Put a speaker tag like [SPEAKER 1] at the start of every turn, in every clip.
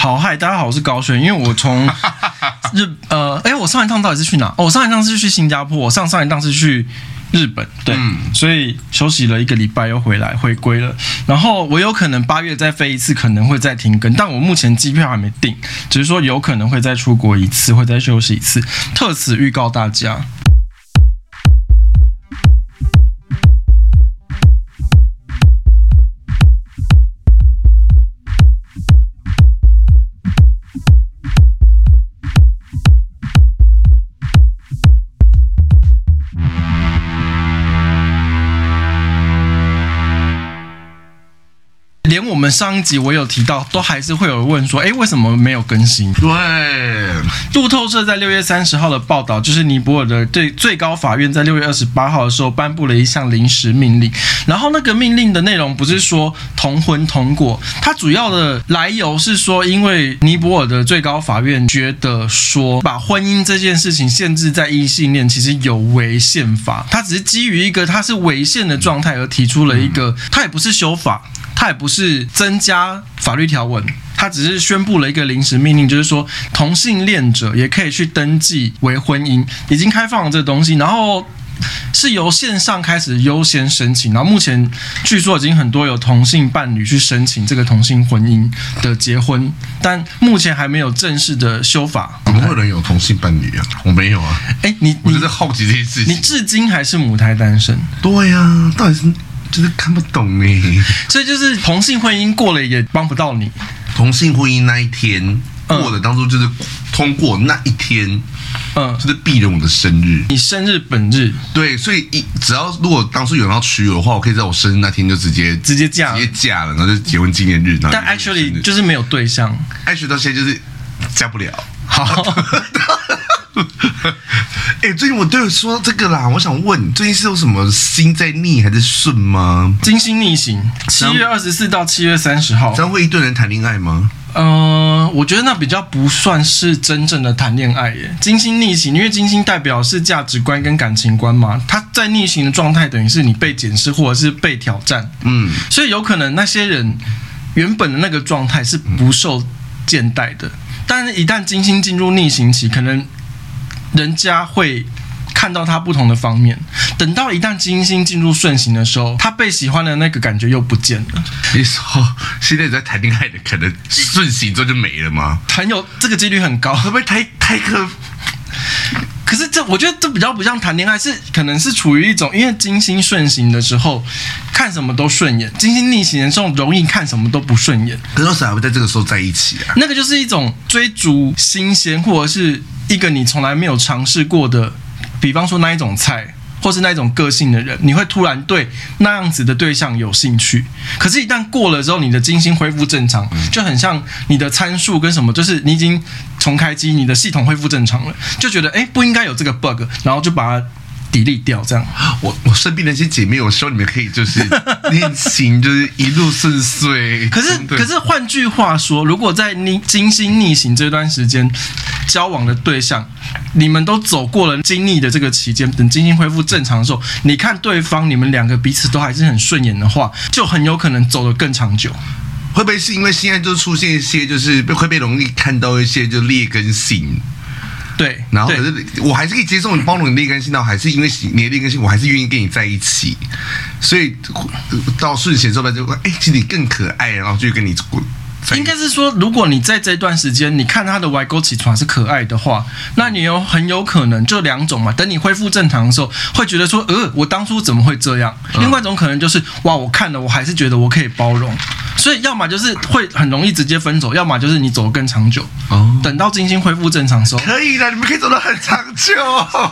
[SPEAKER 1] 好嗨，大家好，我是高轩。因为我从日呃，哎、我上一趟到底是去哪？哦，我上一趟是去新加坡，我上上一趟是去日本，对，所以休息了一个礼拜又回来回归了。然后我有可能八月再飞一次，可能会再停更，但我目前机票还没定，只是说有可能会再出国一次，会再休息一次，特此预告大家。连我们上一集我有提到，都还是会有人问说，哎，为什么没有更新？
[SPEAKER 2] 对，
[SPEAKER 1] 路透社在六月三十号的报道，就是尼泊尔的最最高法院在六月二十八号的时候颁布了一项临时命令。然后那个命令的内容不是说同婚通过，它主要的来由是说，因为尼泊尔的最高法院觉得说，把婚姻这件事情限制在异性恋，其实有违宪法。它只是基于一个它是违宪的状态而提出了一个，它也不是修法，它也不是增加法律条文，它只是宣布了一个临时命令，就是说同性恋者也可以去登记为婚姻，已经开放了这东西，然后。是由线上开始优先申请，然后目前据说已经很多有同性伴侣去申请这个同性婚姻的结婚，但目前还没有正式的修法。
[SPEAKER 2] 怎么会有人有同性伴侣啊？我没有啊，
[SPEAKER 1] 哎，你
[SPEAKER 2] 我
[SPEAKER 1] 你
[SPEAKER 2] 就在好奇这件事
[SPEAKER 1] 你
[SPEAKER 2] 情。
[SPEAKER 1] 至今还是母胎单身，
[SPEAKER 2] 对呀、到底是就是看不懂呢。
[SPEAKER 1] 所以就是同性婚姻过了也帮不到你。
[SPEAKER 2] 同性婚姻那一天
[SPEAKER 1] 嗯
[SPEAKER 2] 过的，当初就是通过那一天，
[SPEAKER 1] 嗯，
[SPEAKER 2] 就是避人我的生日。
[SPEAKER 1] 你生日本日
[SPEAKER 2] 对，所以一只要如果当初有人要娶我的话，我可以在我生日那天就直接
[SPEAKER 1] 直接嫁
[SPEAKER 2] 直，接嫁了，然后就结婚纪念日。然后
[SPEAKER 1] 但
[SPEAKER 2] 就
[SPEAKER 1] actually
[SPEAKER 2] 就
[SPEAKER 1] 就是没有对象。
[SPEAKER 2] actually 到现在就是嫁 不了。
[SPEAKER 1] 好，
[SPEAKER 2] 哦哎、最近我对我说到这个啦，我想问，最近是有什么心在逆还是顺吗？
[SPEAKER 1] 金星逆行，七月二十四到七月三十号
[SPEAKER 2] 这。样会一堆人谈恋爱吗？
[SPEAKER 1] 呃，我觉得那比较不算是真正的谈恋爱耶。金星逆行，因为金星代表是价值观跟感情观嘛，它在逆行的状态，等于是你被检视或者是被挑战。
[SPEAKER 2] 嗯，
[SPEAKER 1] 所以有可能那些人原本的那个状态是不受见待的，但是一旦金星进入逆行期，可能人家会看到他不同的方面。等到一旦金星进入顺行的时候，他被喜欢的那个感觉又不见了。
[SPEAKER 2] 你说现在有在谈恋爱的，可能顺行之后就没了吗？
[SPEAKER 1] 很有这个几率很高，
[SPEAKER 2] 会不会太太可
[SPEAKER 1] 可是这我觉得这比较不像谈恋爱，是可能是处于一种因为金星顺行的时候看什么都顺眼，金星逆行的时候容易看什么都不顺眼。
[SPEAKER 2] 可是为什么还会在这个时候在一起啊？
[SPEAKER 1] 那个就是一种追逐新鲜，或者是一个你从来没有尝试过的，比方说那一种菜，或是那一种个性的人，你会突然对那样子的对象有兴趣。可是，一旦过了之后，你的金星恢复正常，就很像你的参数跟什么，就是你已经重开机，你的系统恢复正常了，就觉得哎、诶不应该有这个 bug，然后就把它 delete 掉，这样。
[SPEAKER 2] 我我身边的一些姐妹，我希望你们可以就是恋情就是一路顺 遂。
[SPEAKER 1] 可是，
[SPEAKER 2] 真的
[SPEAKER 1] 可是换句话说，如果在逆金星逆行这段时间，交往的对象，你们都走过了经历的这个期间，等金星恢复正常的时候，你看对方，你们两个彼此都还是很顺眼的话，就很有可能走得更长久。
[SPEAKER 2] 会不会是因为现在就出现一些就是被会被容易看到一些就劣根性？
[SPEAKER 1] 对，
[SPEAKER 2] 然后可
[SPEAKER 1] 对
[SPEAKER 2] 是我还是可以接受你包容你的劣根性，但我还是因为你的劣根性，我还是愿意跟你在一起。所以呃到顺行之后，就哎、其实你更可爱，然后就跟你在一起
[SPEAKER 1] 应该是说，如果你在这段时间你看他的歪勾起床是可爱的话，那你有很有可能就两种嘛。等你恢复正常的时候，会觉得说，呃，我当初怎么会这样？另外一种可能就是，哇，我看了我还是觉得我可以包容，所以要么就是会很容易直接分手，要么就是你走得更长久。
[SPEAKER 2] 哦，
[SPEAKER 1] 等到金星恢复正常的时候，
[SPEAKER 2] 可以的，你们可以走得很长 久。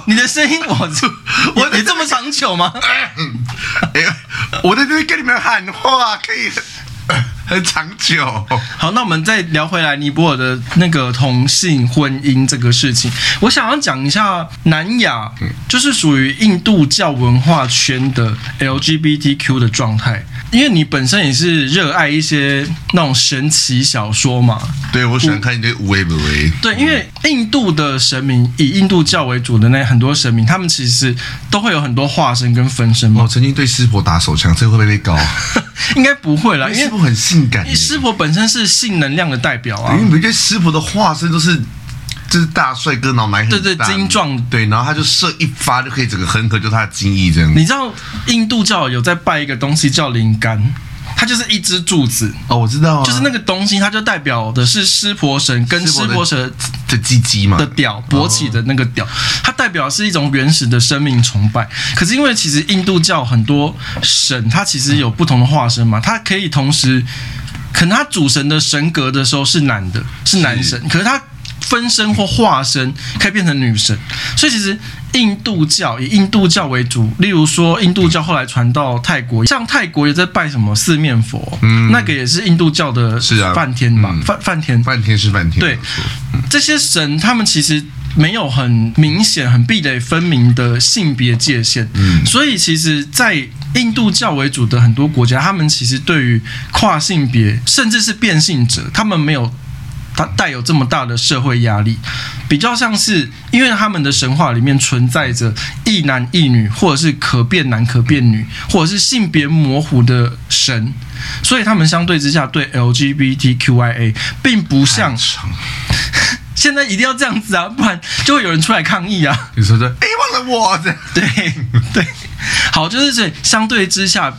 [SPEAKER 1] 你的声音我
[SPEAKER 2] 我
[SPEAKER 1] 我你这么长久吗？
[SPEAKER 2] 哎，我在这边跟你们喊话，可以。很长久。
[SPEAKER 1] 好，那我们再聊回来尼泊尔的那个同性婚姻这个事情，我想要讲一下南亚，就是属于印度教文化圈的 LGBTQ 的状态，因为你本身也是热爱一些那种神奇小说嘛，
[SPEAKER 2] 对，我喜欢看一堆无为不为。
[SPEAKER 1] 对，因为印度的神明以印度教为主的那很多神明，他们其实都会有很多化身跟分身
[SPEAKER 2] 我
[SPEAKER 1] 嘛，
[SPEAKER 2] 哦曾经对湿婆打手枪，这会不会被告？
[SPEAKER 1] 应该不会啦，因
[SPEAKER 2] 湿
[SPEAKER 1] 为
[SPEAKER 2] 婆很性感耶，
[SPEAKER 1] 湿哎婆本身是性能量的代表啊
[SPEAKER 2] 因为，你们觉得湿婆的化身都是。就是大帅哥，脑奶很大
[SPEAKER 1] 对对精壮
[SPEAKER 2] 对，然后他就射一发就可以整个恒河，就是他的精液这样。
[SPEAKER 1] 你知道印度教有在拜一个东西叫灵干，它就是一支柱子，
[SPEAKER 2] 哦，我知道啊，
[SPEAKER 1] 就是那个东西，它就代表的是湿婆神跟湿婆神
[SPEAKER 2] 的鸡鸡嘛
[SPEAKER 1] 的屌勃起的那个屌，它代表是一种原始的生命崇拜。可是因为其实印度教很多神，它其实有不同的化身嘛，它可以同时，可能它主神的神格的时候是男的，是男神，可是它。分身或化身可以变成女神，所以其实印度教以印度教为主，例如说印度教后来传到泰国，像泰国也在拜什么四面佛，
[SPEAKER 2] 嗯
[SPEAKER 1] 那个也是印度教的
[SPEAKER 2] 是啊
[SPEAKER 1] 梵天吧
[SPEAKER 2] 嗯，
[SPEAKER 1] 梵梵天，
[SPEAKER 2] 半天是嗯半天，
[SPEAKER 1] 对这些神他们其实没有很明显、很壁垒分明的性别界限，
[SPEAKER 2] 嗯
[SPEAKER 1] 所以其实，在印度教为主的很多国家，他们其实对于跨性别甚至是变性者，他们没有。他带有这么大的社会压力，比较像是因为他们的神话里面存在着一男一女，或者是可变男可变女，或者是性别模糊的神，所以他们相对之下对 LGBTQIA 并不像
[SPEAKER 2] 像长。
[SPEAKER 1] 现在一定要这样子啊，不然就会有人出来抗议 啊。
[SPEAKER 2] 你说这，哎，忘了我这样，
[SPEAKER 1] 对对，好，就是这相对之下，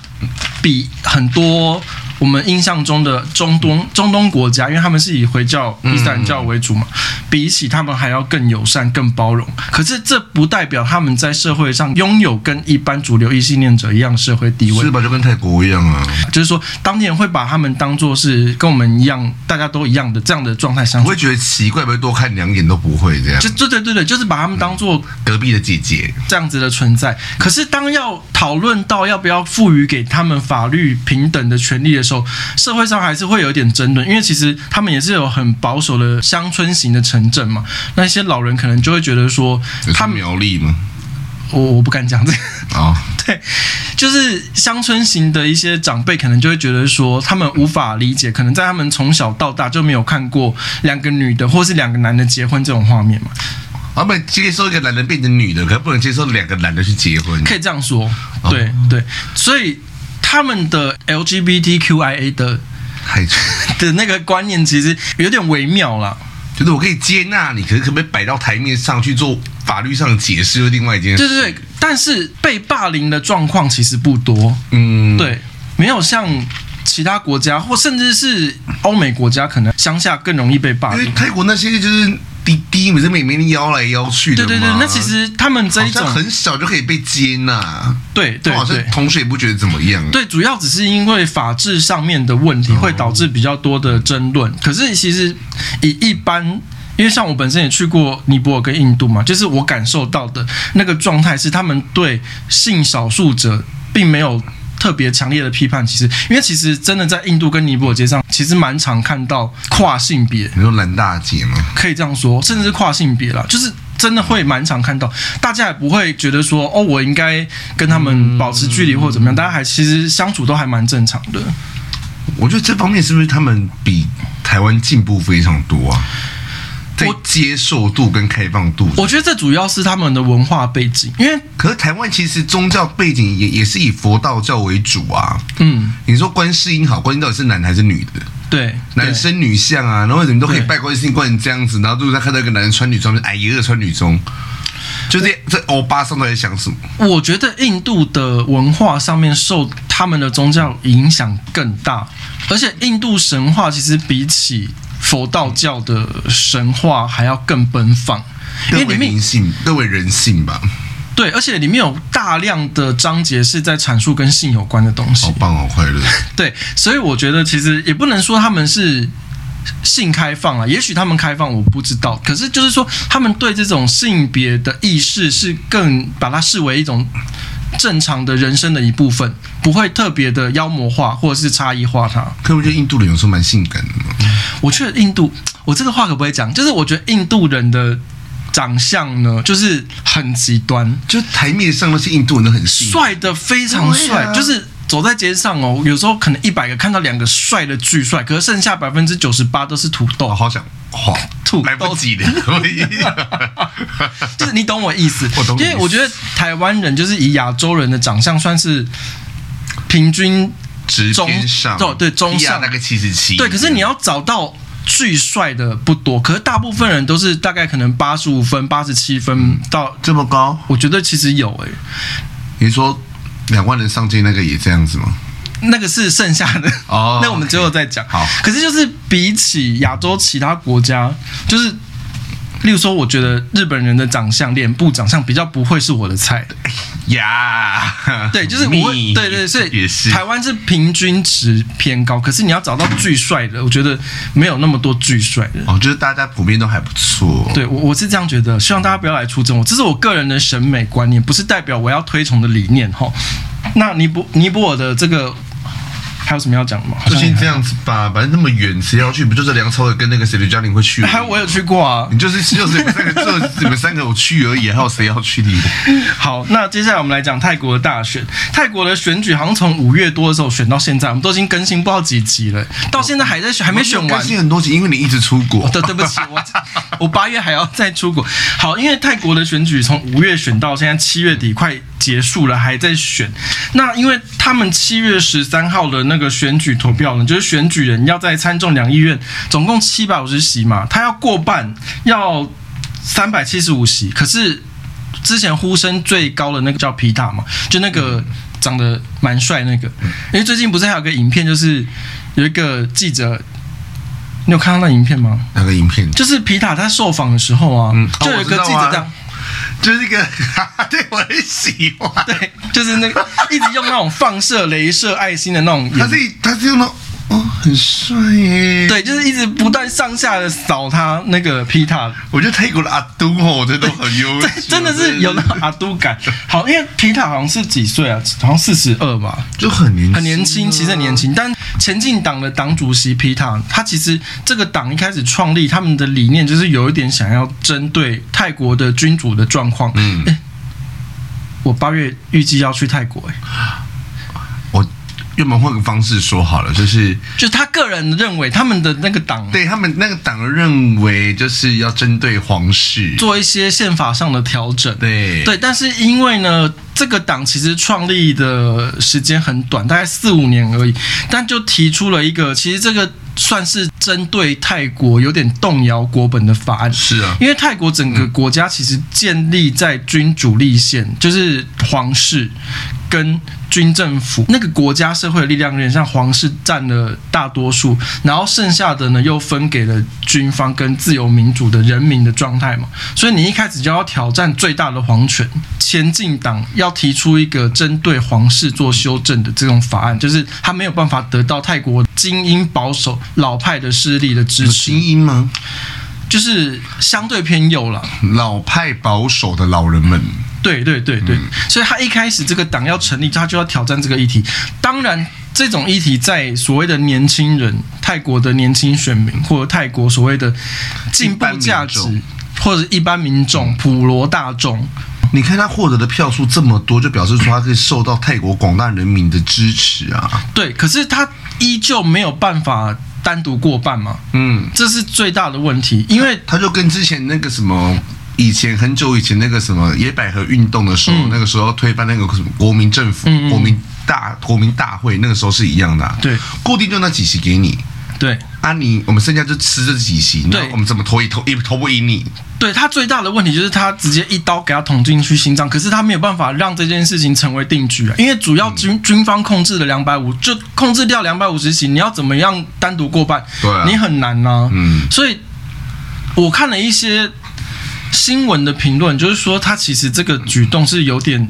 [SPEAKER 1] 比很多我们印象中的中东中东国家，因为他们是以回教、
[SPEAKER 2] 嗯
[SPEAKER 1] 伊斯兰教为主嘛，比起他们还要更友善、更包容。可是这不代表他们在社会上拥有跟一般主流异性恋者一样社会地位
[SPEAKER 2] 是。吧？就跟泰国一样啊，
[SPEAKER 1] 就是说，当地人会把他们当做是跟我们一样，大家都一样的这样的状态相处
[SPEAKER 2] 不会。觉得奇怪，不会多看两眼都不会这样
[SPEAKER 1] 就。对对对对，就是把他们当做
[SPEAKER 2] 隔壁的姐姐，
[SPEAKER 1] 这样子的存在。可是当要讨论到要不要赋予给他们法律平等的权利的时候，社会上还是会有一点争论，因为其实他们也是有很保守的乡村型的城镇嘛，那些老人可能就会觉得说
[SPEAKER 2] 有，
[SPEAKER 1] 他
[SPEAKER 2] 他
[SPEAKER 1] 们
[SPEAKER 2] 苗栗吗？
[SPEAKER 1] 我我不敢讲这个。
[SPEAKER 2] 哦，
[SPEAKER 1] 对，就是乡村型的一些长辈，可能就会觉得说，他们无法理解，可能在他们从小到大就没有看过两个女的或是两个男的结婚这种画面嘛，
[SPEAKER 2] 他们啊接受一个男人变成女的，可不能接受两个男的去结婚。
[SPEAKER 1] 可以这样说，
[SPEAKER 2] 哦
[SPEAKER 1] 对对，所以他们的 LGBTQIA 的
[SPEAKER 2] 太丑，
[SPEAKER 1] 的那个观念其实有点微妙啦，
[SPEAKER 2] 就是我可以接纳你，可是可不可以摆到台面上去做法律上的解释，又另外一件
[SPEAKER 1] 对
[SPEAKER 2] 事。
[SPEAKER 1] 对对，但是被霸凌的状况其实不多，
[SPEAKER 2] 嗯，
[SPEAKER 1] 对，没有像其他国家或甚至是欧美国家，可能乡下更容易被霸
[SPEAKER 2] 因为
[SPEAKER 1] 凌。
[SPEAKER 2] 泰国那些就是滴滴，每次每每邀来邀去的
[SPEAKER 1] 对
[SPEAKER 2] 嘛。
[SPEAKER 1] 对对，那其实他们这
[SPEAKER 2] 好
[SPEAKER 1] 一种
[SPEAKER 2] 像，很小就可以被接纳，
[SPEAKER 1] 对对
[SPEAKER 2] 好像
[SPEAKER 1] 对
[SPEAKER 2] 同学也不觉得怎么样。
[SPEAKER 1] 对，主要只是因为法制上面的问题会导致比较多的争论。可是其实以一般。因为像我本身也去过尼泊尔跟印度嘛，就是我感受到的那个状态是，他们对性少数者并没有特别强烈的批判。其实，因为其实真的在印度跟尼泊尔街上，其实蛮常看到跨性别，
[SPEAKER 2] 你说蓝大姐吗？
[SPEAKER 1] 可以这样说，甚至是跨性别啦，就是真的会蛮常看到，大家也不会觉得说哦，我应该跟他们保持距离或者怎么样，大家还其实相处都还蛮正常的。
[SPEAKER 2] 我觉得这方面是不是他们比台湾进步非常多啊？在
[SPEAKER 1] 我
[SPEAKER 2] 接受度跟开放度，
[SPEAKER 1] 我觉得这主要是他们的文化背景，因为
[SPEAKER 2] 可是台湾其实宗教背景也也是以佛道教为主啊。
[SPEAKER 1] 嗯，
[SPEAKER 2] 你说观世音好，观世音到底是男还是女的？
[SPEAKER 1] 对，
[SPEAKER 2] 男
[SPEAKER 1] 对
[SPEAKER 2] 生女相啊，然后你们都可以
[SPEAKER 1] 对
[SPEAKER 2] 拜观世音观成这样子，然后路上看到一个男人穿女装，就哎一个穿女装，就这这欧巴上到底在想什么？
[SPEAKER 1] 我觉得印度的文化上面受他们的宗教影响更大，而且印度神话其实比起佛道教的神话还要更奔放，因为
[SPEAKER 2] 更
[SPEAKER 1] 里
[SPEAKER 2] 为
[SPEAKER 1] 面
[SPEAKER 2] 人性，更为人性 吧，
[SPEAKER 1] 对，而且里面有大量的章节是在阐述跟性有关的东
[SPEAKER 2] 好
[SPEAKER 1] 西。
[SPEAKER 2] 棒，好快乐。
[SPEAKER 1] 对，所以我觉得其实也不能说他们是性开放啊，也许他们开放我不知道，可是就是说他们对这种性别的意识是更把它视为一种正常的人生的一部分，不会特别的妖魔化或者是差异化它。
[SPEAKER 2] 可我觉得印度人有时候蛮性感的嘛，
[SPEAKER 1] 我觉得印度，我这个话可不可以讲？就是我觉得印度人的长相呢，就是很极端，
[SPEAKER 2] 就台面上那些印度人都很性感，
[SPEAKER 1] 帅的非常帅，
[SPEAKER 2] 对啊
[SPEAKER 1] 就是。走在街上哦，有时候可能一百个看到两个帅的巨帅，可是剩下百分之九十八都是土豆
[SPEAKER 2] 我，好想哇，
[SPEAKER 1] 吐
[SPEAKER 2] 来不及了，
[SPEAKER 1] 就是你懂 我意思。
[SPEAKER 2] 我懂你
[SPEAKER 1] 因
[SPEAKER 2] 意思
[SPEAKER 1] 为我觉得台湾人就是以亚洲人的长相算是平均
[SPEAKER 2] 直偏上，
[SPEAKER 1] 中对对中上
[SPEAKER 2] 大概七十七，
[SPEAKER 1] 对，可是你要找到巨帅的不多，可是大部分人都是大概可能八十五分、八十七分到，
[SPEAKER 2] 这么高，
[SPEAKER 1] 我觉得其实有欸诶、
[SPEAKER 2] 你说两万人上街那个也这样子吗？
[SPEAKER 1] 那个是剩下的
[SPEAKER 2] 哦
[SPEAKER 1] 那我们之后再讲。
[SPEAKER 2] 好
[SPEAKER 1] 可是就是比起亚洲其他国家，就是例如说，我觉得日本人的长相、脸部长相比较不会是我的菜。
[SPEAKER 2] 呀，
[SPEAKER 1] 对，就是我会，
[SPEAKER 2] 哎你
[SPEAKER 1] 对对，所以
[SPEAKER 2] 也是
[SPEAKER 1] 台湾是平均值偏高，可是你要找到巨帅的，我觉得没有那么多巨帅的。
[SPEAKER 2] 哦，就是大家普遍都还不错，
[SPEAKER 1] 对我我是这样觉得，希望大家不要来出征我，这是我个人的审美观念，不是代表我要推崇的理念哈。那尼泊尼泊尔的这个还有什么要讲的吗？好
[SPEAKER 2] 就
[SPEAKER 1] 像
[SPEAKER 2] 先这样子吧，反正那么远，谁要去？不就是梁朝伟跟那个谁刘嘉玲会去而已？
[SPEAKER 1] 还 有我有去过啊
[SPEAKER 2] 你。就是就是你们三个，就 你们三个有去而已，还有谁要去的？
[SPEAKER 1] 好，那接下来我们来讲泰国的大选。泰国的选举好像从五月多的时候选到现在，我们都已经更新不知道几集了，到现在还在选，还没选
[SPEAKER 2] 更
[SPEAKER 1] 完。哦
[SPEAKER 2] 新很多集，因为你一直出国。
[SPEAKER 1] 对，对不起，我我八月还要再出国。好，因为泰国的选举从五月选到现在七月底快结束了，还在选。那因为他们七月十三号的那个选举投票呢，就是选举人要在参众两议院总共七百五十席嘛，他要过半，要三百七十五席，可是。之前呼声最高的那个叫皮塔嘛，就那个长得蛮帅那个，因为最近不是还有个影片，就是有一个记者，你有看到那影片吗？
[SPEAKER 2] 那个影片
[SPEAKER 1] 就是皮塔他受访的时候啊，
[SPEAKER 2] 嗯
[SPEAKER 1] 就有一个记者这样，
[SPEAKER 2] 哦就是那个， 对我很喜欢。
[SPEAKER 1] 对，就是那个一直用那种放射、镭射、爱心的那种
[SPEAKER 2] 他
[SPEAKER 1] 眼，
[SPEAKER 2] 是他是用那哦，很帅耶。，
[SPEAKER 1] 对，就是一直不断上下的扫他那个皮塔，
[SPEAKER 2] 我觉得泰国的阿都哦，我觉得都很优秀，
[SPEAKER 1] 真的是有那种阿都感。好，因为皮塔好像是几岁啊？好像四十二吧，
[SPEAKER 2] 就很年
[SPEAKER 1] 很年轻，其实很年轻。但前进党的党主席皮塔，他其实这个党一开始创立，他们的理念就是有一点想要针对泰国的君主的状况。
[SPEAKER 2] 嗯
[SPEAKER 1] 诶，我八月预计要去泰国、诶
[SPEAKER 2] 我要么换个方式说好了，就是
[SPEAKER 1] 就是他个人认为他们的那个党
[SPEAKER 2] 对他们那个党认为就是要针对皇室，
[SPEAKER 1] 做一些宪法上的调整。
[SPEAKER 2] 对
[SPEAKER 1] 对，但是因为呢，这个党其实创立的时间很短，大概四五年而已，但就提出了一个，其实这个算是针对泰国有点动摇国本的法案。
[SPEAKER 2] 是啊，
[SPEAKER 1] 因为泰国整个国家其实建立在君主立宪，就是皇室跟军政府那个国家社会的力量有点像皇室占了大多数，然后剩下的呢又分给了军方跟自由民主的人民的状态嘛。所以你一开始就要挑战最大的皇权，前进党要提出一个针对皇室做修正的这种法案，就是他没有办法得到泰国精英保守老派的势力的支
[SPEAKER 2] 有
[SPEAKER 1] 持
[SPEAKER 2] 精。英吗？
[SPEAKER 1] 就是相对偏右了，
[SPEAKER 2] 老派保守的老人们，
[SPEAKER 1] 对对对对，
[SPEAKER 2] 嗯
[SPEAKER 1] 所以他一开始这个党要成立，他就要挑战这个议题。当然，这种议题在所谓的年轻人、泰国的年轻选民，或者泰国所谓的进步价值
[SPEAKER 2] 一般民，
[SPEAKER 1] 或者一般民众、普罗大众，
[SPEAKER 2] 你看他获得的票数这么多，就表示说他可以受到泰国广大人民的支持啊。
[SPEAKER 1] 对，可是他依旧没有办法单独过半嘛，
[SPEAKER 2] 嗯，
[SPEAKER 1] 这是最大的问题，因为
[SPEAKER 2] 他就跟之前那个什么。以前很久以前那个什么野百合运动的时候，
[SPEAKER 1] 嗯
[SPEAKER 2] 那个时候推翻那个什么国民政府、
[SPEAKER 1] 嗯嗯嗯
[SPEAKER 2] 国民大国民大会，那个时候是一样的、啊。
[SPEAKER 1] 对，
[SPEAKER 2] 固定就那几席给你，
[SPEAKER 1] 对。
[SPEAKER 2] 啊你我们剩下就吃这几席，那
[SPEAKER 1] 对
[SPEAKER 2] 我们怎么投也投也投不赢你。
[SPEAKER 1] 对他最大的问题就是他直接一刀给他捅进去心脏，可是他没有办法让这件事情成为定局啊，因为主要军、
[SPEAKER 2] 嗯
[SPEAKER 1] 军方控制了两百五，就控制掉两百五十席，你要怎么样单独过半？
[SPEAKER 2] 对啊
[SPEAKER 1] 你很难呐、
[SPEAKER 2] 嗯
[SPEAKER 1] 所以我看了一些新闻的评论，就是说他其实这个举动是有点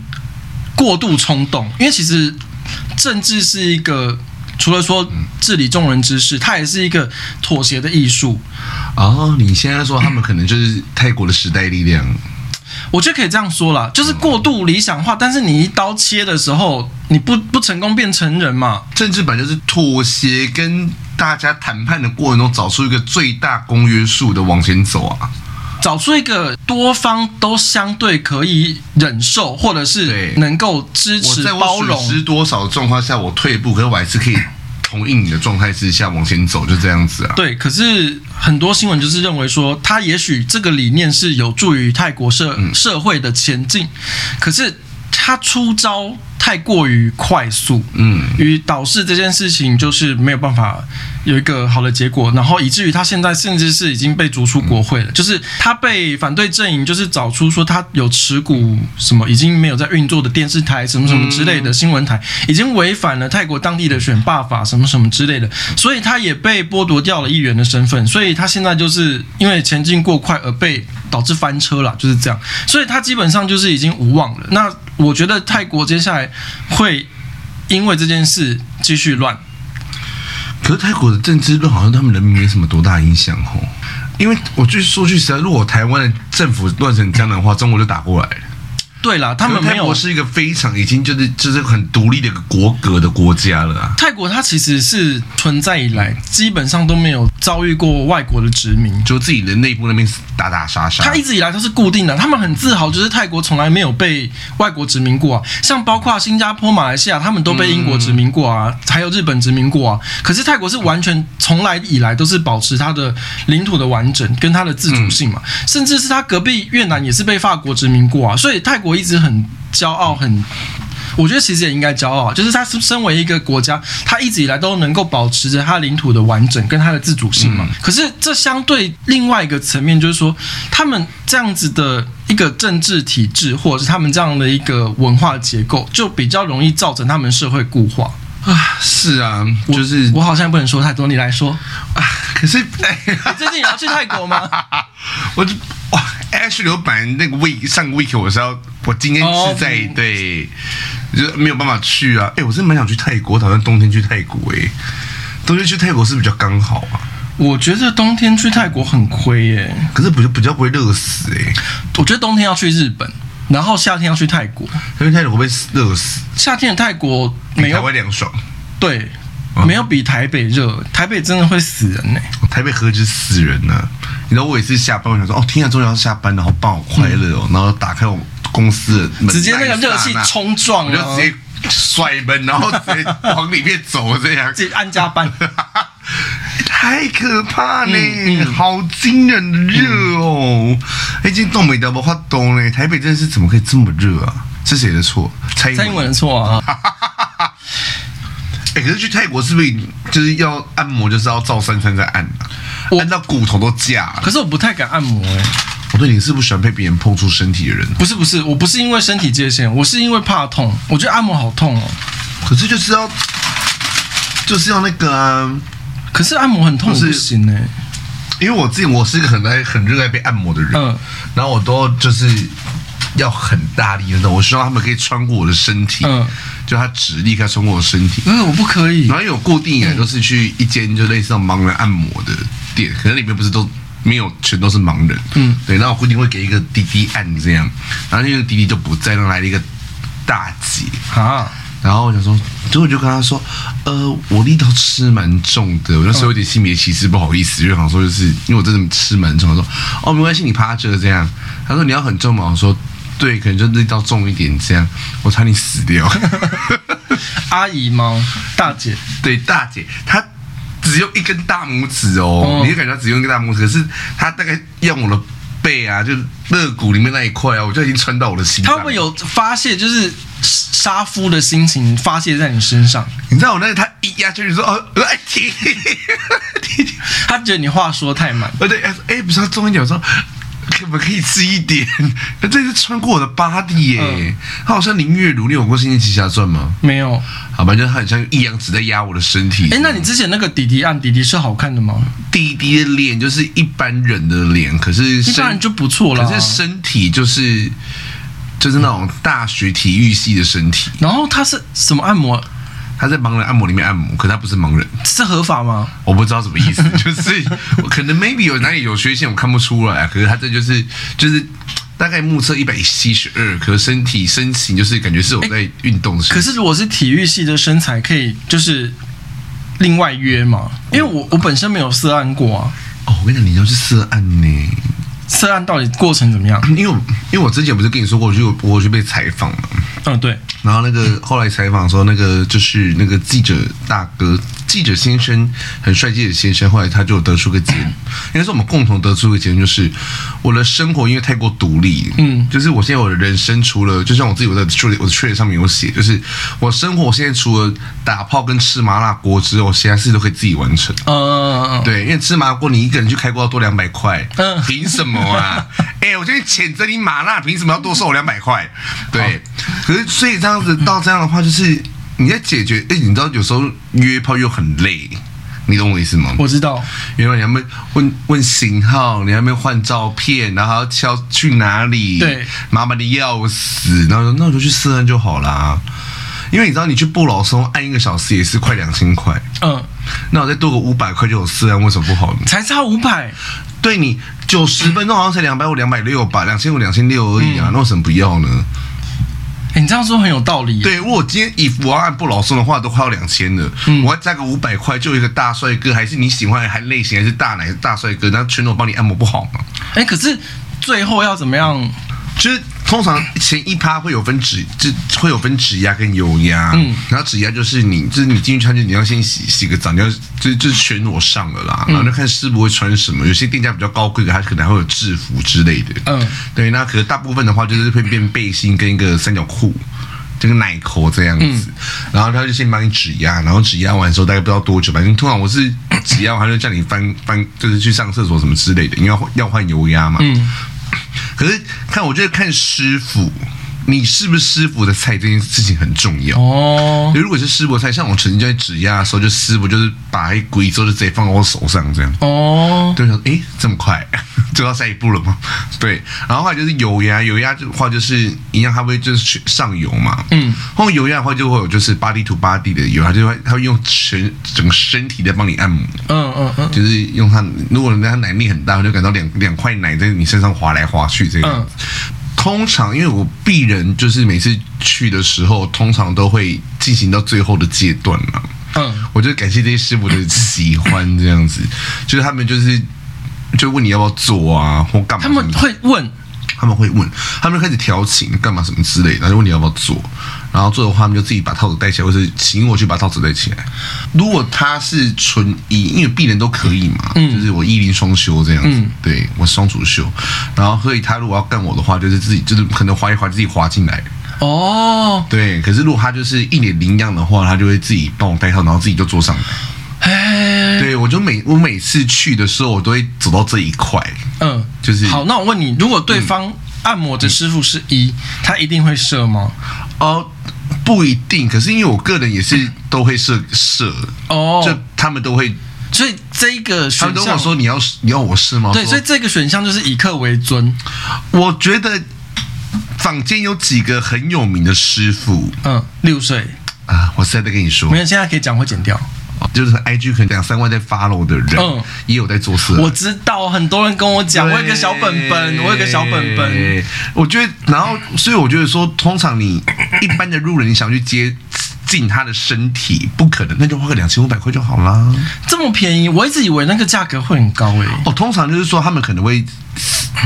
[SPEAKER 1] 过度冲动，因为其实政治是一个。除了说治理众人之事，它也是一个妥协的艺术。
[SPEAKER 2] 哦，你现在说他们可能就是泰国的时代力量，
[SPEAKER 1] 我觉得可以这样说啦，就是过度理想化，但是你一刀切的时候，你不不成功变成人嘛，
[SPEAKER 2] 政治版就是妥协跟大家谈判的过程中找出一个最大公约数的往前走啊。
[SPEAKER 1] 找出一个多方都相对可以忍受，或者是
[SPEAKER 2] 对
[SPEAKER 1] 能够支
[SPEAKER 2] 我
[SPEAKER 1] 持
[SPEAKER 2] 在
[SPEAKER 1] 包
[SPEAKER 2] 我
[SPEAKER 1] 容
[SPEAKER 2] 损失多少状况下我退步，可是我还是可以同应你的状态之下往前走，就这样子啊。
[SPEAKER 1] 对，可是很多新闻就是认为说，他也许这个理念是有助于泰国社、
[SPEAKER 2] 嗯
[SPEAKER 1] 社会的前进，可是他出招太过于快速，
[SPEAKER 2] 嗯，
[SPEAKER 1] 与导致这件事情就是没有办法有一个好的结果，然后以至于他现在甚至是已经被逐出国会了，就是他被反对阵营就是找出说他有持股什么已经没有在运作的电视台什么什么之类的新闻台，已经违反了泰国当地的选罢法什么什么之类的，所以他也被剥夺掉了议员的身份，所以他现在就是因为前进过快而被导致翻车了，就是这样，所以他基本上就是已经无望了。那我觉得泰国接下来会。因为这件事继续乱。
[SPEAKER 2] 可是泰国的政治论好像对他们人民没什么多大影响哦。因为我就说句实在，如果台湾的政府乱成这样的话，中国就打过来了。
[SPEAKER 1] 对啦，他们
[SPEAKER 2] 可是
[SPEAKER 1] 没
[SPEAKER 2] 泰国
[SPEAKER 1] 有
[SPEAKER 2] 是一个非常已经就是就是很独立的一个国格的国家了啊。
[SPEAKER 1] 泰国，它其实是存在以来基本上都没有遭遇过外国的殖民。
[SPEAKER 2] 就自己的内部那边打打杀杀，
[SPEAKER 1] 它一直以来都是固定的，他们很自豪，就是泰国从来没有被外国殖民过啊。像包括新加坡、马来西亚，他们都被英国殖民过啊，还有日本殖民过啊。可是泰国是完全从来以来都是保持它的领土的完整跟它的自主性嘛，甚至是它隔壁越南也是被法国殖民过啊。所以泰国一直很骄傲，很我觉得其实也应该骄傲啊，就是他是身为一个国家，他一直以来都能够保持着他领土的完整跟他的自主性嘛。
[SPEAKER 2] 嗯
[SPEAKER 1] 可是这相对另外一个层面，就是说他们这样子的一个政治体制，或者是他们这样的一个文化结构，就比较容易造成他们社会固化。
[SPEAKER 2] 啊，是啊，
[SPEAKER 1] 我
[SPEAKER 2] 就是
[SPEAKER 1] 我好像不能说太多，你来 说，
[SPEAKER 2] 啊，可是哎，
[SPEAKER 1] 你最近也要去泰国吗？
[SPEAKER 2] 我就哇，H 流版那个 week 上个 week 我是要，我今天
[SPEAKER 1] 哦
[SPEAKER 2] 是在、对，就是没有办法去啊。哎、我真的蛮想去泰国，我打算冬天去泰国哎、冬天去泰国是比较刚好啊，
[SPEAKER 1] 我觉得冬天去泰国很亏耶、
[SPEAKER 2] 可是比较比较不会热死哎、
[SPEAKER 1] 我觉得冬天要去日本，然后夏天要去泰国。
[SPEAKER 2] 因为泰国会不会热死？
[SPEAKER 1] 夏天的泰国没
[SPEAKER 2] 比哎台
[SPEAKER 1] 有
[SPEAKER 2] 湾凉爽，
[SPEAKER 1] 对，没有比台北热，台北真的会死人欸呢、
[SPEAKER 2] 台北喝就是死人呢、你知道我有一次下班，我想说哦，天啊，终于要下班了，好棒，好快乐哦。然后打开我公司的
[SPEAKER 1] 嗯
[SPEAKER 2] 门，
[SPEAKER 1] 直接那个热气
[SPEAKER 2] 那一刹那
[SPEAKER 1] 冲撞
[SPEAKER 2] 我
[SPEAKER 1] 啊，
[SPEAKER 2] 就直接甩门，然后直接往里面走，这 样
[SPEAKER 1] 自己按加班。
[SPEAKER 2] 太可怕呢、
[SPEAKER 1] 嗯
[SPEAKER 2] 好惊人的热哦！哎、今天东北的不发懂嘞，台北真的是怎么可以这么热啊？是谁的错？蔡英
[SPEAKER 1] 蔡
[SPEAKER 2] 文。
[SPEAKER 1] 英文的错啊，
[SPEAKER 2] 哎、可是去泰国是不是就是要按摩，就是要照三餐在按、啊，
[SPEAKER 1] 我
[SPEAKER 2] 按到骨头都架了
[SPEAKER 1] 可。是我不太敢按摩哎、
[SPEAKER 2] 我对你是不喜欢被别人碰触身体的人，啊
[SPEAKER 1] 不是不是，我不是因为身体界限，我是因为怕痛，我觉得按摩好痛哦。
[SPEAKER 2] 可是就是要就是要那个啊。
[SPEAKER 1] 可是按摩很痛，我
[SPEAKER 2] 不是
[SPEAKER 1] 不行哎、
[SPEAKER 2] 因为我自己我是一个很爱很热爱被按摩的人，
[SPEAKER 1] 嗯
[SPEAKER 2] 然后我都就是要很大力的那种，我希望他们可以穿过我的身体，
[SPEAKER 1] 嗯
[SPEAKER 2] 就他指力可以穿过我身体。
[SPEAKER 1] 嗯，我不可以
[SPEAKER 2] 然。后因为我固定以来都是去一间就类似那种盲人按摩的店，可能里面不是都没有全都是盲人，嗯，对，然后我固定会给一个滴滴按这样，然后那个滴滴就不在，然后来了一个大姐，
[SPEAKER 1] 啊，
[SPEAKER 2] 然后我想说，结果就跟他说，呃，我力道吃蛮重的，我那时候有点性别歧视，不好意思，因为好像说就是因为我真的吃蛮重，他说哦没关系，你趴着这样。他说你要很重嘛，我说对，可能就力道重一点这样，我差点死掉。
[SPEAKER 1] 阿姨猫大姐，
[SPEAKER 2] 对，大姐她。只用一根大拇指哦，
[SPEAKER 1] 哦
[SPEAKER 2] 你就感觉她只用一根大拇指，可是她大概用我的背啊，就是肋骨里面那一块啊，我就已经穿到我的心
[SPEAKER 1] 她
[SPEAKER 2] 脏。
[SPEAKER 1] 会不会有发泄，就是杀夫的心情发泄在你身上？
[SPEAKER 2] 你知道我那个她一压下去说哦，哎停，停停
[SPEAKER 1] 她觉得你话说太满，
[SPEAKER 2] 而且哎、欸不是要重一点，我说可不可以吃一点？这是穿过我的 body 耶、
[SPEAKER 1] 嗯
[SPEAKER 2] 他好像林月如，你有过《仙剑奇侠传》吗？
[SPEAKER 1] 没有。
[SPEAKER 2] 好吧，就是他很像一阳指在压我的身体。
[SPEAKER 1] 哎、那你之前那个弟弟按弟弟是好看的吗？
[SPEAKER 2] 弟弟的脸就是一般人的脸，可是
[SPEAKER 1] 一般
[SPEAKER 2] 身
[SPEAKER 1] 人就不错了、啊
[SPEAKER 2] 可是身体就是就是那种大学体育系的身体。
[SPEAKER 1] 然后他是什么按摩？
[SPEAKER 2] 他在盲人按摩里面按摩，可他不是盲人，
[SPEAKER 1] 是合法吗？
[SPEAKER 2] 我不知道什么意 思，就是我可能 maybe 有哪里有缺陷，我看不出来啊、可是他这就是就是大概目测一百七十二，可是身体身形就是感觉是我在运动的身
[SPEAKER 1] 哎可是如果是体育系的身材，可以就是另外约嘛？因为我我本身没有涉案过啊，
[SPEAKER 2] 哦，我跟你讲，你要去涉案呢，
[SPEAKER 1] 涉案到底过程怎么样？
[SPEAKER 2] 因为我因为我之前不是跟你说过，我去我去被采访嘛，
[SPEAKER 1] 嗯，对，
[SPEAKER 2] 然后那个后来采访的时候，那个就是那个记者大哥，记者先生很帅气的先生，后来他就得出个结，应该是我们共同得出一个结论，就是我的生活因为太过独立，
[SPEAKER 1] 嗯
[SPEAKER 2] 就是我现在我的人生除了就像我自己我的确我的确上面有写，就是我生活现在除了打炮跟吃麻辣锅之后，其他事都可以自己完成。
[SPEAKER 1] 嗯，
[SPEAKER 2] 对，因为吃麻辣锅你一个人去开锅要多两百块，
[SPEAKER 1] 嗯
[SPEAKER 2] 凭什么 啊？哎、我今天谴责你麻辣，凭什么要多收我两百块？对，可是所以这样子到这样的话，就是你在解决，哎、你知道有时候约炮又很累，你懂我意思吗？
[SPEAKER 1] 我知道，
[SPEAKER 2] 原本你还没问问型号，你还没换照片，然后还要敲去哪里，
[SPEAKER 1] 对，
[SPEAKER 2] 麻烦的要死。然后说那我就去试案就好啦，因为你知道你去不老松按一个小时也是快两千块，
[SPEAKER 1] 嗯，
[SPEAKER 2] 那我再多个五百块就有试案，为什么不好呢？
[SPEAKER 1] 才差五百，欸
[SPEAKER 2] 对你九十分钟好像才两百五、两百六吧，两千五、两千六而已啊，那为什么不要呢？
[SPEAKER 1] 哎你这样说很有道理。，
[SPEAKER 2] 对，如果今天以我要按不老松的话，都快要两千了，我要加个五百块，就有一个大帅哥，还是你喜欢的还类型，还是大奶大帅哥，那全都帮你按摩不好吗？
[SPEAKER 1] 哎、可是最后要怎么样？
[SPEAKER 2] 就是通常前一趴会有分指，就会有分指压跟油压，
[SPEAKER 1] 嗯
[SPEAKER 2] 然后指压就是你，就是你进去穿就你要先洗洗个澡，你要就就是全裸上了啦，
[SPEAKER 1] 嗯
[SPEAKER 2] 然后就看师傅会穿什么，有些店家比较高贵的，他可能还会有制服之类的，
[SPEAKER 1] 嗯，
[SPEAKER 2] 对，那可是大部分的话就是会变背心跟一个三角裤。这个奶口这样
[SPEAKER 1] 嗯
[SPEAKER 2] 子，然后他就先帮你指压，然后指压完之后大概不知道多久，反正通常我是指压完他就叫你翻翻，就是去上厕所什么之类的，因为要换要换油压嘛。
[SPEAKER 1] 嗯，
[SPEAKER 2] 可是看，我觉得看师傅，你是不是师傅的菜这件事情很重要。
[SPEAKER 1] 哦，
[SPEAKER 2] 如果是师傅的菜，像我曾经在指压的时候，就师傅就是把一鬼之后就直接放到我手上这样。
[SPEAKER 1] 哦，
[SPEAKER 2] 对，想诶，这么快 就到下一步了吗？对，然后后来就是油压，油压的话就是一样，它会就是去上油嘛，
[SPEAKER 1] 嗯，
[SPEAKER 2] 后油压的话就会有就是 body to body 的油，它就会它会用全整个身体在帮你按摩，
[SPEAKER 1] 嗯嗯嗯，
[SPEAKER 2] 就是用它，如果人家奶力很大，我就感到两两块奶在你身上滑来滑去这个
[SPEAKER 1] 嗯
[SPEAKER 2] 样子。通常因为我鄙人就是每次去的时候，通常都会进行到最后的阶段了、
[SPEAKER 1] 嗯，
[SPEAKER 2] 我就感谢这些师傅的喜欢这样子，就是他们就是就问你要不要做啊，或干嘛
[SPEAKER 1] 他
[SPEAKER 2] 什么的。
[SPEAKER 1] 们会问，
[SPEAKER 2] 他们会问，他们就开始调情干嘛什么之类的，然后就问你要不要做，然后做的话，他们就自己把套子戴起来，或是请我去把套子戴起来。如果他是纯一，因为鄙人都可以嘛，就是我一零双修这样子，
[SPEAKER 1] 嗯
[SPEAKER 2] 对我双主修，然后所以他如果要干我的话，就是自己就是可能滑一滑自己滑进来，
[SPEAKER 1] 哦，
[SPEAKER 2] 对。可是如果他就是一脸零样的话，他就会自己帮我戴套，然后自己就坐上来。
[SPEAKER 1] 哎，
[SPEAKER 2] 对我就每我每次去的时候，我都会走到这一块，
[SPEAKER 1] 嗯，
[SPEAKER 2] 就是嗯
[SPEAKER 1] 好。那我问你，如果对方按摩的师傅是一、他一定会射吗？
[SPEAKER 2] 哦，不一定，可是因为我个人也是都会射射，
[SPEAKER 1] 哦，
[SPEAKER 2] 就他们都会，
[SPEAKER 1] 所以这一个
[SPEAKER 2] 他们
[SPEAKER 1] 选
[SPEAKER 2] 都跟我
[SPEAKER 1] 项，
[SPEAKER 2] 说你要你要我射吗？
[SPEAKER 1] 对，
[SPEAKER 2] 我
[SPEAKER 1] 所以
[SPEAKER 2] 说
[SPEAKER 1] 这个选项就是以客为尊。
[SPEAKER 2] 我觉得坊间有几个很有名的师傅
[SPEAKER 1] 嗯，六岁，
[SPEAKER 2] 啊，我现在在跟你说
[SPEAKER 1] 没，有，现在可以讲会剪掉。
[SPEAKER 2] 就是 IG 可能两三万在 follow 的人，
[SPEAKER 1] 嗯
[SPEAKER 2] 也有在做色。
[SPEAKER 1] 我知道很多人跟我讲，
[SPEAKER 2] 对
[SPEAKER 1] 我有一个小本本，我有一个小本本。。
[SPEAKER 2] 哎我觉得，然后，所以我觉得说，通常你一般的路人，你想去接近他的身体，不可能，那就花个两千五百块就好啦。
[SPEAKER 1] 这么便宜，我一直以为那个价格会很高欸诶、
[SPEAKER 2] 哦，通常就是说，他们可能会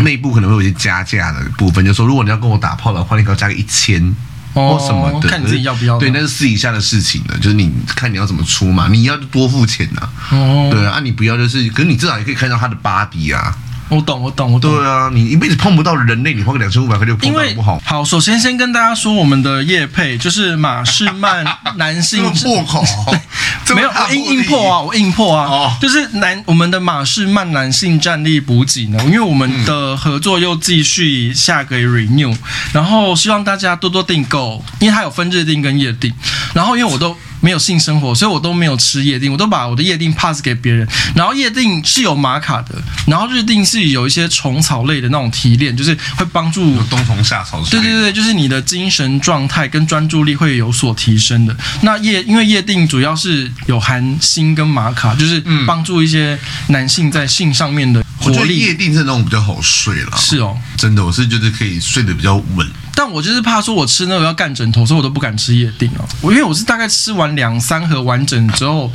[SPEAKER 2] 内部可能会有一些加价的部分，就是说如果你要跟我打炮的话，你可能要加个一千。
[SPEAKER 1] 哦
[SPEAKER 2] 或什么的，
[SPEAKER 1] 看你自己要不要
[SPEAKER 2] 对，那是私底下的事情了，就是你看你要怎么出嘛，你要多付钱呐、
[SPEAKER 1] 哦
[SPEAKER 2] 对啊，啊你不要就是，可是你至少也可以看到他的 body 啊。
[SPEAKER 1] 我懂，我懂，我懂。
[SPEAKER 2] 对啊，你一辈子碰不到人类，你花个两千五百块就碰
[SPEAKER 1] 因
[SPEAKER 2] 到
[SPEAKER 1] 为
[SPEAKER 2] 不好吗
[SPEAKER 1] 好，首先先跟大家说，我们的叶配就是马士曼男
[SPEAKER 2] 这
[SPEAKER 1] 性
[SPEAKER 2] 么破口， 这
[SPEAKER 1] 没
[SPEAKER 2] 么
[SPEAKER 1] 有
[SPEAKER 2] 大
[SPEAKER 1] 我硬硬
[SPEAKER 2] 魄力
[SPEAKER 1] 破啊，我硬破啊，
[SPEAKER 2] 哦
[SPEAKER 1] 就是男我们的马士曼男性战力补给呢，因为我们的合作又继续下个 renew，然后希望大家多多订购，因为它有分日订跟夜订，然后因为我都。没有性生活，所以我都没有吃夜订，我都把我的夜订 pass 给别人。然后夜订是有玛卡的，然后日订是有一些虫草类的那种提炼，就是会帮助
[SPEAKER 2] 有冬虫夏草之
[SPEAKER 1] 对
[SPEAKER 2] 类的，
[SPEAKER 1] 对对，就是你的精神状态跟专注力会有所提升的。那夜因为夜定主要是有含锌跟玛卡，就是帮助一些男性在性上面的
[SPEAKER 2] 嗯我觉
[SPEAKER 1] 活
[SPEAKER 2] 得
[SPEAKER 1] 力。
[SPEAKER 2] 夜店这种比较好睡了，
[SPEAKER 1] 是哦，
[SPEAKER 2] 真的，我是觉得可以睡得比较稳。
[SPEAKER 1] 但我就是怕说，我吃那个要干枕头，所以我都不敢吃夜定哦。我因为我是大概吃完两三盒完整之后，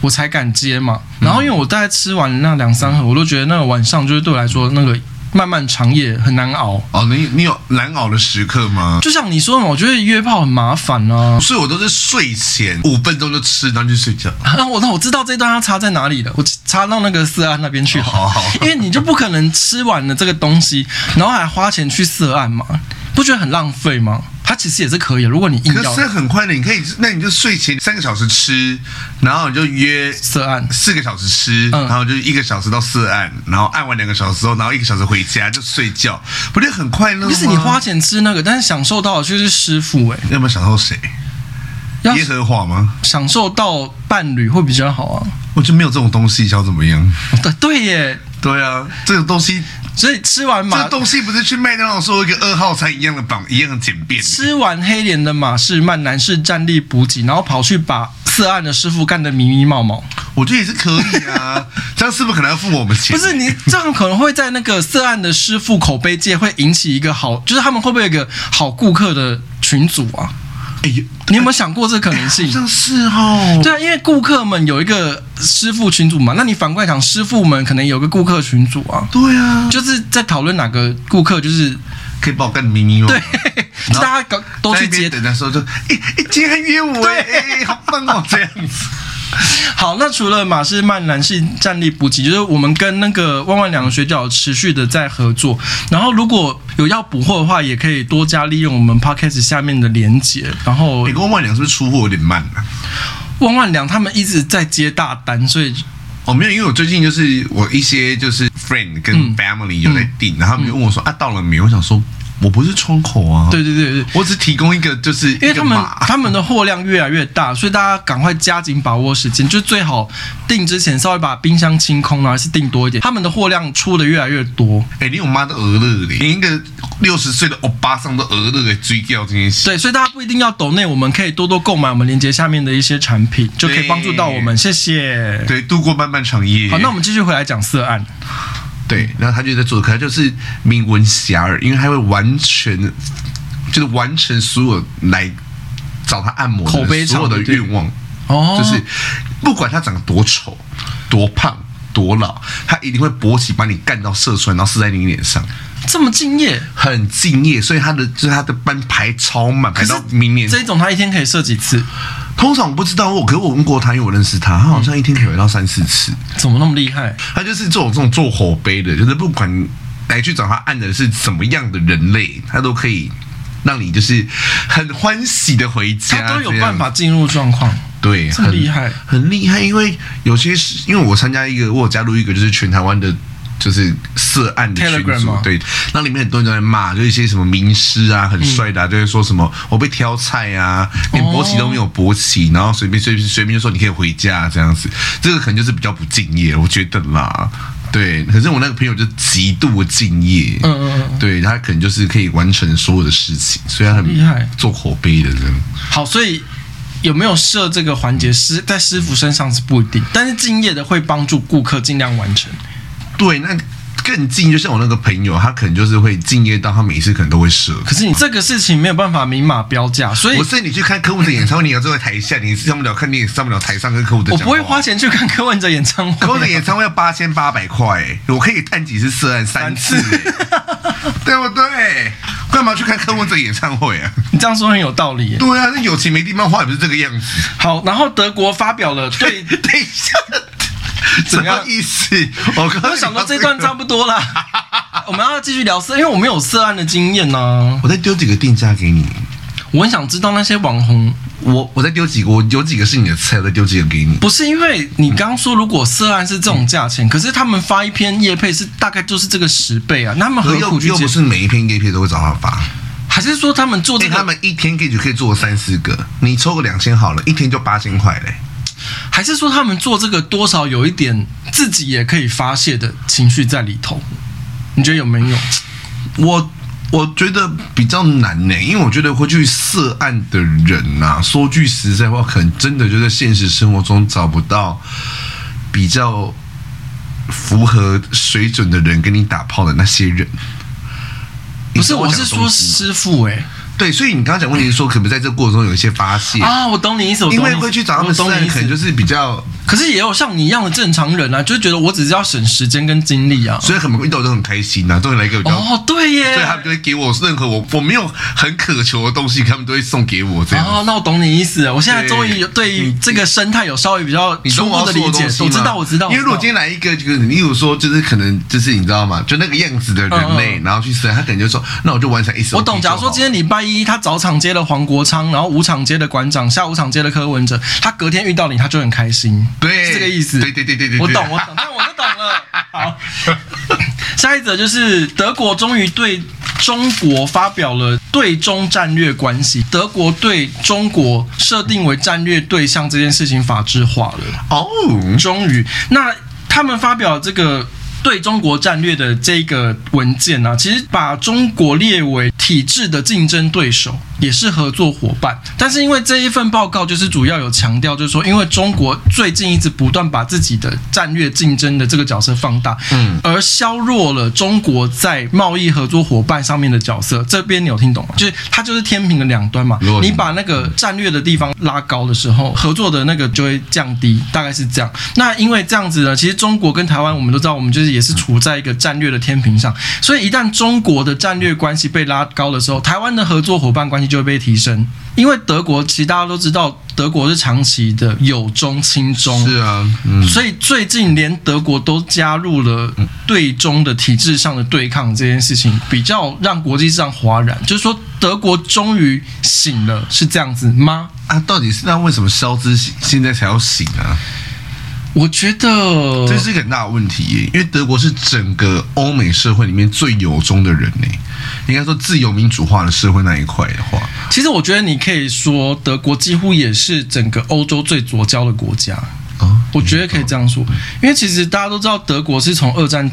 [SPEAKER 1] 我才敢接嘛。然后因为我大概吃完那两三盒，我都觉得那个晚上就是对我来说那个漫漫长夜很难熬。
[SPEAKER 2] 哦，你你有难熬的时刻吗？
[SPEAKER 1] 就像你说的嘛，我觉得约炮很麻烦啊。
[SPEAKER 2] 所以我都是睡前五分钟就吃，然后就睡觉。
[SPEAKER 1] 那我那我知道这段要插在哪里了，我插到那个色案那边去好了，
[SPEAKER 2] 哦好好
[SPEAKER 1] 因为你就不可能吃完了这个东西，然后还花钱去色案嘛，不觉得很浪费吗？它其实也是可以的，如果你硬
[SPEAKER 2] 可
[SPEAKER 1] 要
[SPEAKER 2] 是很快的，你可以，那你就睡前三个小时吃，然后你就约
[SPEAKER 1] 色案，
[SPEAKER 2] 四个小时吃，
[SPEAKER 1] 嗯
[SPEAKER 2] 然后就一个小时到色按，然后按完两个小时之后，然后一个小时回家就睡觉，不是很快乐吗？
[SPEAKER 1] 不是你花，钱吃那个，但是享受到的却是师傅哎、
[SPEAKER 2] 要不要享受谁？
[SPEAKER 1] 要
[SPEAKER 2] 耶和华吗？
[SPEAKER 1] 享受到伴侣会比较好啊。
[SPEAKER 2] 我就没有这种东西，想怎么样？
[SPEAKER 1] 对对耶，
[SPEAKER 2] 对啊，这种东西，
[SPEAKER 1] 所以吃完
[SPEAKER 2] 这
[SPEAKER 1] 马
[SPEAKER 2] 东西不是去麦当劳说一个二号餐一样的榜一样的简便。
[SPEAKER 1] 吃完黑莲的马士曼男士站立补给，然后跑去把色案的师傅干得迷迷冒冒。
[SPEAKER 2] 我觉得也是可以 啊，这样是不是可能要付我们钱？
[SPEAKER 1] 不是你这样可能会在那个涉案的师傅口碑界会引起一个好，就是他们会不会有一个好顾客的群组啊？
[SPEAKER 2] 哎呦，
[SPEAKER 1] 你有没有想过这可能性
[SPEAKER 2] 好？ 像是哦。
[SPEAKER 1] 对啊，因为顾客们有一个师傅群组嘛，那你反过来想，师傅们可能有个顾客群组啊，
[SPEAKER 2] 对啊，
[SPEAKER 1] 就是在讨论哪个顾客 就是
[SPEAKER 2] 可以把我干得迷迷哦。
[SPEAKER 1] 对，
[SPEAKER 2] 然后
[SPEAKER 1] 大家搞都去
[SPEAKER 2] 在那边
[SPEAKER 1] 接。
[SPEAKER 2] 等的时候就，哎、哎、今天还约我哎、哎好棒哦，这样子。
[SPEAKER 1] 好，那除了马士曼男士战力补给，就是我们跟那个万万两水饺持续的在合作，然后如果有要补货的话，也可以多加利用我们 podcast 下面的连接。然后
[SPEAKER 2] 你跟万良是不是出货有点慢啊？
[SPEAKER 1] 万万两他们一直在接大单，所以
[SPEAKER 2] 哦，没有，因为我最近就是我一些就是 friend 跟
[SPEAKER 1] 嗯
[SPEAKER 2] family 有在订，然后他们就问我说、啊到了没？我想说我不是窗口啊，
[SPEAKER 1] 对，对对对。
[SPEAKER 2] 我只提供一个就是
[SPEAKER 1] 因
[SPEAKER 2] 一
[SPEAKER 1] 为他
[SPEAKER 2] 个
[SPEAKER 1] 们
[SPEAKER 2] 码。
[SPEAKER 1] 他们的货量越来越大，所以大家赶快加紧把握时间，就最好订之前稍微把冰箱清空，然后还是订多一点。他们的货量出的越来越多，
[SPEAKER 2] 哎、连我妈都鹅乐嘞，连一个六十岁的欧巴桑都鹅乐给追掉这件事。
[SPEAKER 1] 对，所以大家不一定要抖内，我们可以多多购买我们链接下面的一些产品，就可以帮助到我们，谢谢。
[SPEAKER 2] 对，度过漫漫长夜。
[SPEAKER 1] 哦好，那我们继续回来讲色案。
[SPEAKER 2] 对，然后他就在做，可他就是名闻遐迩，因为他会完全就是完成所有来找他按摩的
[SPEAKER 1] 口碑
[SPEAKER 2] 人所有
[SPEAKER 1] 场
[SPEAKER 2] 的
[SPEAKER 1] 的对
[SPEAKER 2] 愿望，
[SPEAKER 1] 哦，
[SPEAKER 2] 就是不管他长得多丑、多胖、多老，他一定会勃起把你干到射出来，然后射在你脸上，
[SPEAKER 1] 这么敬业。
[SPEAKER 2] 很敬业。所以他的就是他的班排超满，排
[SPEAKER 1] 可是
[SPEAKER 2] 到明年。
[SPEAKER 1] 这一种他一天可以射几次？
[SPEAKER 2] 通常我不知道，我可是我问过他，因为我认识他，他好像一天可以回到三四次。
[SPEAKER 1] 怎么那么厉害？
[SPEAKER 2] 他就是这种这种做口碑的，就是不管来去找他按的是怎么样的人类，他都可以让你就是很欢喜的回家，
[SPEAKER 1] 他都有
[SPEAKER 2] 啊这样
[SPEAKER 1] 办法进入状况。
[SPEAKER 2] 对，
[SPEAKER 1] 这么
[SPEAKER 2] 很
[SPEAKER 1] 厉害
[SPEAKER 2] 很厉害。因为有些是因为我参加一个，我有加入一个就是全台湾的。就是涉案的群
[SPEAKER 1] Telegram
[SPEAKER 2] 组
[SPEAKER 1] 吗，
[SPEAKER 2] 对，那里面很多人都在骂，就一些什么名师啊，很帅
[SPEAKER 1] 嗯
[SPEAKER 2] 的、啊，就会说什么我被挑菜啊，连勃起都没有勃起，然后随便随便随便就说你可以回家啊这样子，这个可能就是比较不敬业，我觉得啦。对，可是我那个朋友就极度敬业，
[SPEAKER 1] 嗯嗯嗯嗯
[SPEAKER 2] 对他可能就是可以完成所有的事情，所以他很
[SPEAKER 1] 好厉害
[SPEAKER 2] 做口碑的这样。
[SPEAKER 1] 好，所以有没有射这个环节师在师傅身上是不一定，但是敬业的会帮助顾客尽量完成。
[SPEAKER 2] 对，那更近，就像我那个朋友，他可能就是会敬业到他每一次可能都会射。
[SPEAKER 1] 可是你这个事情没有办法明码标价，所以
[SPEAKER 2] 不是你去看科目的演唱会，你要坐在台下，你上不了看，你也上不了台上跟客户的。
[SPEAKER 1] 我不会花。钱去看柯文哲演唱
[SPEAKER 2] 客户的
[SPEAKER 1] 会。
[SPEAKER 2] 演唱会要八千八百块，欸我可以按几次涉案三次，欸对不对？干嘛去看柯文哲演唱会啊？
[SPEAKER 1] 你这样说很有道理耶。
[SPEAKER 2] 对啊，那友情没地方花，也不是这个样 子。
[SPEAKER 1] 好，然后德国发表了 对，
[SPEAKER 2] 等一下，什
[SPEAKER 1] 怎样
[SPEAKER 2] 么意思？我刚
[SPEAKER 1] 我想到这段差不多 啦。我们要继续聊色，因为我没有涉案的经验呢、啊
[SPEAKER 2] 我再丢几个定价给你。
[SPEAKER 1] 我很想知道那些网红，
[SPEAKER 2] 我我再丢几个，我有几个是你的菜，我再丢几个给你。
[SPEAKER 1] 不是因为你刚刚说如果涉案是这种价钱，可是他们发一篇夜配是大概就是这个十倍啊，那他们何
[SPEAKER 2] 又
[SPEAKER 1] 苦去
[SPEAKER 2] 又
[SPEAKER 1] 接
[SPEAKER 2] 不
[SPEAKER 1] 受？
[SPEAKER 2] 是每一篇 A 片都会找他发，
[SPEAKER 1] 还是说他们做这
[SPEAKER 2] 所以
[SPEAKER 1] 个，
[SPEAKER 2] 他们一天可以就可以做三四个，你抽个两千好了，一天就八千块嘞。
[SPEAKER 1] 还是说他们做这个多少有一点自己也可以发泄的情绪在里头？你觉得有没有？
[SPEAKER 2] 我我觉得比较难呢、因为我觉得会去涉案的人呐、说句实在话，可能真的就在现实生活中找不到比较符合水准的人跟你打炮的那些人。
[SPEAKER 1] 不是，
[SPEAKER 2] 你懂
[SPEAKER 1] 我
[SPEAKER 2] 讲
[SPEAKER 1] 是
[SPEAKER 2] 的
[SPEAKER 1] 说
[SPEAKER 2] 东西吗
[SPEAKER 1] 师傅哎、
[SPEAKER 2] 对，所以你刚刚讲问题是说，可不可以在这个过程中有一些发泄？
[SPEAKER 1] 啊，我懂你意思，我懂
[SPEAKER 2] 因
[SPEAKER 1] 你意
[SPEAKER 2] 为
[SPEAKER 1] 思
[SPEAKER 2] 会去找他
[SPEAKER 1] 我
[SPEAKER 2] 们私
[SPEAKER 1] 懂你
[SPEAKER 2] 人，
[SPEAKER 1] 意
[SPEAKER 2] 可
[SPEAKER 1] 思
[SPEAKER 2] 能就是比较，
[SPEAKER 1] 可是也有像你一样的正常人啊，就是觉得我只是要省时间跟精力啊。
[SPEAKER 2] 所以很遇到都很开心呐、啊，都会来给我比较。
[SPEAKER 1] 哦，对耶。
[SPEAKER 2] 所以他们就会给我任何我我没有很渴求的东西，他们都会送给我这样。
[SPEAKER 1] 哦，那我懂你意思了。我现在
[SPEAKER 2] 对
[SPEAKER 1] 终于有对于这个生态有稍微比较
[SPEAKER 2] 你
[SPEAKER 1] 初
[SPEAKER 2] 懂
[SPEAKER 1] 步
[SPEAKER 2] 我
[SPEAKER 1] 的
[SPEAKER 2] 要说
[SPEAKER 1] 理
[SPEAKER 2] 的
[SPEAKER 1] 解
[SPEAKER 2] 东。西
[SPEAKER 1] 我
[SPEAKER 2] 吗
[SPEAKER 1] 知道，我知道。
[SPEAKER 2] 因为如果
[SPEAKER 1] 我
[SPEAKER 2] 今
[SPEAKER 1] 知道
[SPEAKER 2] 天来一个，就是例如说，就是可能就是你知道吗？就那个样子的人类，然后去生，他可能就说，那我就完成一
[SPEAKER 1] 嗯
[SPEAKER 2] 手。
[SPEAKER 1] 我懂，假如说今天礼拜一他早场接了黄国昌，然后午场接了馆长，下午场接了柯文哲，他隔天遇到你，他就很开心。
[SPEAKER 2] 对
[SPEAKER 1] 是这个意思。
[SPEAKER 2] 对对对对对对
[SPEAKER 1] 我懂，我懂，但我就懂 了。好，下一则就是德国终于对中国发表了对中战略关系，德国对中国设定为战略对象这件事情法制化了。
[SPEAKER 2] 哦，
[SPEAKER 1] 终于，那他们发表这个。对中国战略的这个文件呢、啊，其实把中国列为体制的竞争对手，也是合作伙伴。但是因为这一份报告就是主要有强调，就是说，因为中国最近一直不断把自己的战略竞争的这个角色放大，
[SPEAKER 2] 嗯，
[SPEAKER 1] 而削弱了中国在贸易合作伙伴上面的角色。这边你有听懂吗？就是它就是天平的两端嘛
[SPEAKER 2] 有，
[SPEAKER 1] 你把那个战略的地方拉高的时候，合作的那个就会降低，大概是这样。那因为这样子呢，其实中国跟台湾我们都知道，我们就是也是处在一个战略的天平上，所以一旦中国的战略关系被拉高的时候，台湾的合作伙伴关系就会被提升。因为德国其实大家都知道，德国是长期的友中亲中，
[SPEAKER 2] 是啊，嗯，
[SPEAKER 1] 所以最近连德国都加入了对中的体制上的对抗这件事情，比较让国际上哗然。就是说，德国终于醒了，是这样子吗？
[SPEAKER 2] 啊，到底是那为什么消之现在才要醒啊？
[SPEAKER 1] 我觉得
[SPEAKER 2] 这是一个很大的问题耶，因为德国是整个欧美社会里面最有中的人呢，应该说自由民主化的社会那一块的话，
[SPEAKER 1] 其实我觉得你可以说，德国几乎也是整个欧洲最左交的国家。
[SPEAKER 2] 哦，
[SPEAKER 1] 我觉得可以这样说，因为其实大家都知道，德国是从二战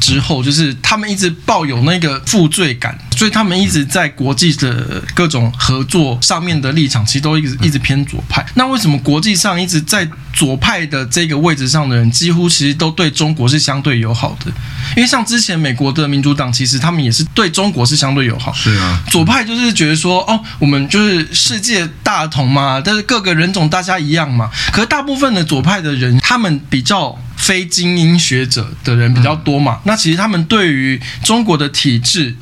[SPEAKER 1] 之后，就是他们一直抱有那个负罪感，所以他们一直在国际的各种合作上面的立场，其实都一直一直偏左派。那为什么国际上一直在左派的这个位置上的人，几乎其实都对中国是相对友好的？因为像之前美国的民主党，其实他们也是对中国是相对友好。
[SPEAKER 2] 是啊，
[SPEAKER 1] 左派就是觉得说，哦，我们就是世界大同嘛，但是各个人种大家一样嘛。可是大部分的左派的人，他们比较非精英学者的人比较多嘛，那其实他们对于中国的体制。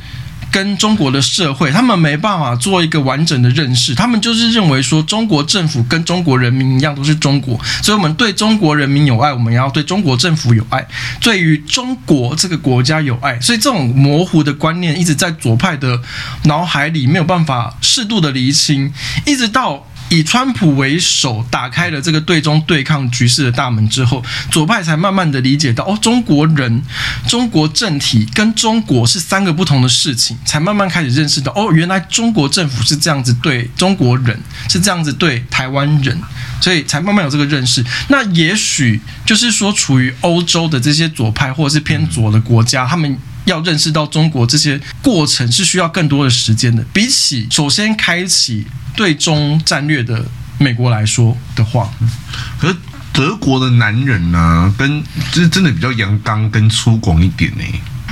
[SPEAKER 1] 跟中国的社会，他们没办法做一个完整的认识，他们就是认为说，中国政府跟中国人民一样都是中国，所以我们对中国人民有爱，我们也要对中国政府有爱，对于中国这个国家有爱，所以这种模糊的观念一直在左派的脑海里没有办法适度的厘清，一直到。以川普为首打开了这个对中对抗局势的大门之后，左派才慢慢的理解到，哦，中国人、中国政体跟中国是三个不同的事情，才慢慢开始认识到，哦，原来中国政府是这样子对中国人，是这样子对台湾人，所以才慢慢有这个认识。那也许就是说，处于欧洲的这些左派或者是
[SPEAKER 2] 嗯
[SPEAKER 1] 偏左的国家，他们要认识到中国这些过程是需要更多的时间的。比起首先开启对中战略的美国来说的话，
[SPEAKER 2] 可是德国的男人呢、跟就是真的比较阳刚跟粗犷一点呢，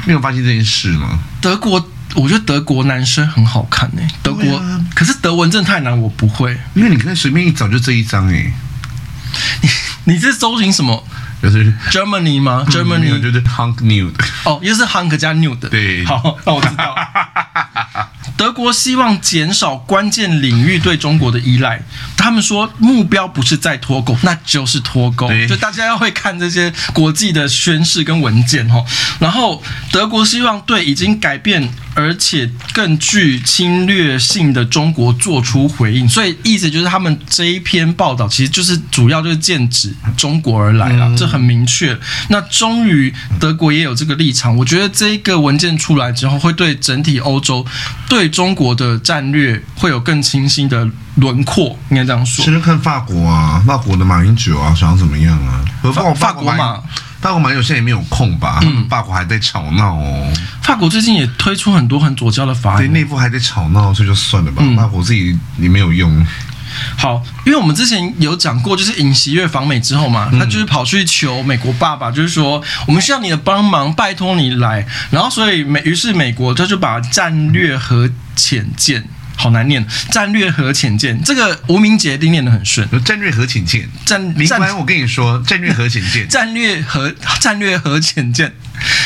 [SPEAKER 2] 你有发现这件事吗？
[SPEAKER 1] 德国，我觉得德国男生很好看诶、德国、
[SPEAKER 2] 对啊
[SPEAKER 1] 可是德文真的太难，我不会。
[SPEAKER 2] 因为你看随便一找就这一张哎，
[SPEAKER 1] 你是搜寻什么
[SPEAKER 2] 就是 嗯
[SPEAKER 1] Germany 吗
[SPEAKER 2] 没有
[SPEAKER 1] ？Germany、
[SPEAKER 2] 就是 hunk new 的，
[SPEAKER 1] 哦，又是 Hunk 加 New 的。
[SPEAKER 2] 对
[SPEAKER 1] 好，那我知 道。德国希望减少关键领域对中国的依赖。他们说目标不是在脱钩，那就是脱钩。
[SPEAKER 2] 对
[SPEAKER 1] 就大家要会看这些国际的宣誓跟文件哦。然后德国希望对已经改变而且更具侵略性的中国做出回应。所以意思就是他们这一篇报道其实就是主要就是剑指中国而来啦，这很明确。那终于德国也有这个立场，我觉得这个文件出来之后，会对整体欧洲对中国的战略会有更清晰的轮廓，应该这样说
[SPEAKER 2] 现。在看法国啊，法国的马英九啊，想要怎么样啊？和法国
[SPEAKER 1] 法
[SPEAKER 2] 国马
[SPEAKER 1] 法国嗯
[SPEAKER 2] 英法国马英九现在也没有空吧？他们法国还在吵闹哦，
[SPEAKER 1] 法国最近也推出很多很左交的法
[SPEAKER 2] 对，
[SPEAKER 1] 案，
[SPEAKER 2] 内部还在吵闹，所以就算了吧。法国自己也没有用，
[SPEAKER 1] 好，因为我们之前有讲过，就是尹锡悦访美之后
[SPEAKER 2] 嗯
[SPEAKER 1] 嘛，他就是跑去求美国爸爸，就是说我们需要你的帮忙，拜托你来。然后所以美，于是美国他就把战略核潜舰。好难念，战略核潜舰这个吴明杰一定念得很顺。
[SPEAKER 2] 战略核潜舰，
[SPEAKER 1] 战
[SPEAKER 2] 林
[SPEAKER 1] 战
[SPEAKER 2] 官，我跟你说，战略核潜舰，
[SPEAKER 1] 战略核战略核潜舰，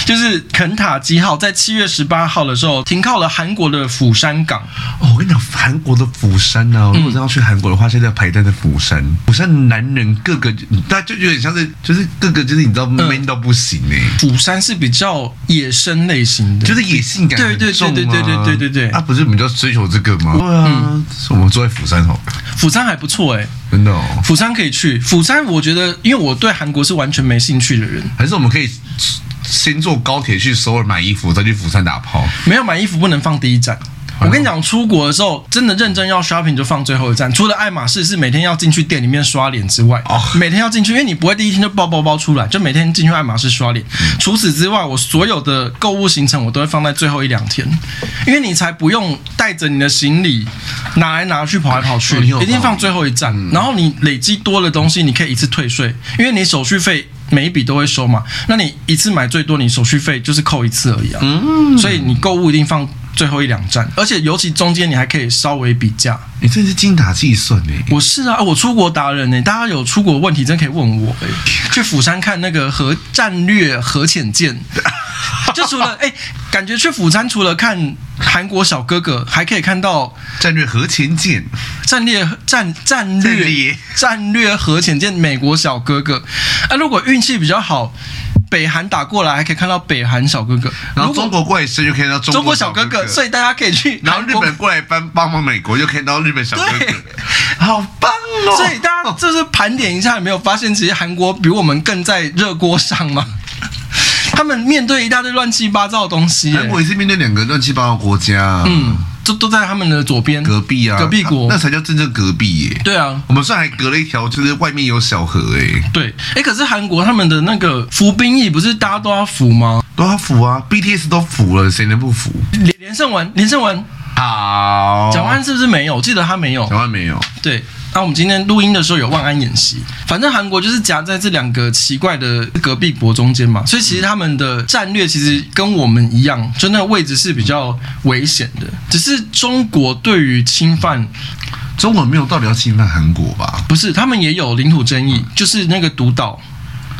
[SPEAKER 1] 就是肯塔基号，在七月十八号的时候停靠了韩国的釜山港。
[SPEAKER 2] 哦，我跟你讲，韩国的釜山呢、如果真要去韩国的话，现在排队在釜山。釜山男人各个，大家就有点像是，就是各个就是你知道 man 到不行哎、
[SPEAKER 1] 釜山是比较野生类型的，
[SPEAKER 2] 就是野性感很重啊
[SPEAKER 1] 对对对对对对对对
[SPEAKER 2] 啊，不是比较追求这个吗？对啊，是我们住在釜山好了，
[SPEAKER 1] 釜山还不错欸诶、
[SPEAKER 2] 真的哦。
[SPEAKER 1] 釜山可以去。釜山我觉得，因为我对韩国是完全没兴趣的人，
[SPEAKER 2] 还是我们可以先坐高铁去首尔买衣服，再去釜山打炮。
[SPEAKER 1] 没有买衣服不能放第一站。我跟你讲，出国的时候真的认真要 shopping 就放最后一站。除了爱马仕是每天要进去店里面刷脸之外
[SPEAKER 2] 哦，
[SPEAKER 1] 每天要进去，因为你不会第一天就包包包出来，就每天进去爱马仕刷脸。除此之外，我所有的购物行程我都会放在最后一两天，因为你才不用带着你的行李拿来拿去跑来跑去
[SPEAKER 2] 哦，你有
[SPEAKER 1] 嗯一定
[SPEAKER 2] 道理
[SPEAKER 1] 放最后一站。然后你累积多的东西，你可以一次退税，因为你手续费。每一笔都会收嘛，那你一次买最多，你手续费就是扣一次而已啊。所以你购物一定放最后一两站，而且尤其中间你还可以稍微比价。
[SPEAKER 2] 你真是精打细算哎、
[SPEAKER 1] 我是啊，我出国达人呢、大家有出国问题真可以问我、欸。去釜山看那个核战略核潜舰，就除了哎、感觉去釜山除了看韩国小哥哥，还可以看到
[SPEAKER 2] 战略核潜舰，
[SPEAKER 1] 战略战战
[SPEAKER 2] 战
[SPEAKER 1] 略
[SPEAKER 2] 略
[SPEAKER 1] 战略核潜舰美国小哥哥。啊，如果运气比较好，北韩打过来还可以看到北韩小哥哥，
[SPEAKER 2] 然后
[SPEAKER 1] 如果
[SPEAKER 2] 中国过来吃就可以看到中
[SPEAKER 1] 中
[SPEAKER 2] 国
[SPEAKER 1] 国小哥
[SPEAKER 2] 哥
[SPEAKER 1] 哥，所以大家可以去
[SPEAKER 2] 然后
[SPEAKER 1] 韩
[SPEAKER 2] 日
[SPEAKER 1] 国
[SPEAKER 2] 本过来帮帮忙美国，就看到日本小哥
[SPEAKER 1] 对
[SPEAKER 2] 哥，好棒哦！
[SPEAKER 1] 所以大家就是盘点一下，有没有发现其实韩国比我们更在热锅上吗？ 他们面对一大堆乱七八糟的东西、
[SPEAKER 2] 韩国也是面对两个乱七八糟的国家，
[SPEAKER 1] 嗯，就都在他们的左边
[SPEAKER 2] 隔壁啊，
[SPEAKER 1] 隔壁国
[SPEAKER 2] 那才叫真正隔壁耶。
[SPEAKER 1] 对啊，
[SPEAKER 2] 我们算还隔了一条，就是外面有小河哎，
[SPEAKER 1] 对，哎，可是韩国他们的那个服兵役不是大家都要服吗？
[SPEAKER 2] 都要服啊，BTS 都服了，谁能不服？
[SPEAKER 1] 连连胜文，连胜文，
[SPEAKER 2] 好，
[SPEAKER 1] 蒋万安是不是没有？我记得他没有
[SPEAKER 2] 台。湾没有，
[SPEAKER 1] 对，那、我们今天录音的时候有万安演习，反正韩国就是夹在这两个奇怪的隔壁国中间嘛，所以其实他们的战略其实跟我们一样，就那个位置是比较危险的。只是中国对于侵犯，
[SPEAKER 2] 中国没有道理要侵犯韩国吧？
[SPEAKER 1] 不是他们也有领土争议，就是那个独岛，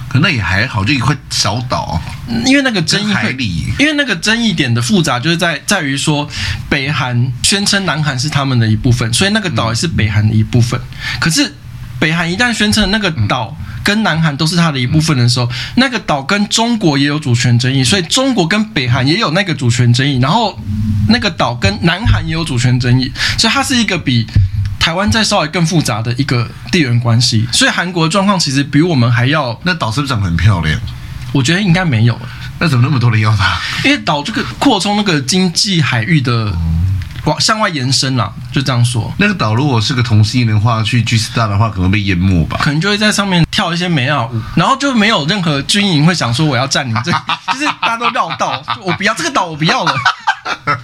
[SPEAKER 2] 可那也还好，就一块小岛，
[SPEAKER 1] 嗯因为那个争议
[SPEAKER 2] 跟海
[SPEAKER 1] 会
[SPEAKER 2] 里
[SPEAKER 1] 因为那个争议点的复杂，就是在在于说，北韩宣称南韩是他们的一部分，所以那个岛也是北韩的一部分。可是北韩一旦宣称那个岛跟南韩都是它的一部分的时候，那个岛跟中国也有主权争议，所以中国跟北韩也有那个主权争议，然后那个岛跟南韩也有主权争议，所以它是一个比。台湾再稍微更复杂的一个地缘关系，所以韩国的状况其实比我们还要，
[SPEAKER 2] 那岛是不是长得很漂亮？
[SPEAKER 1] 我觉得应该没有。
[SPEAKER 2] 那怎么那么多人要它？
[SPEAKER 1] 因为岛这个扩充那个经济海域的往向外延伸啦，就这样说，
[SPEAKER 2] 那个岛如果是个同性恋的话，去 G Star 的话，可能被淹没 吧。
[SPEAKER 1] 可能就会在上面跳一些美亚舞，然后就没有任何军营会想说我要占领这个， 就是大家都绕道，就我不要这个岛，我不要了。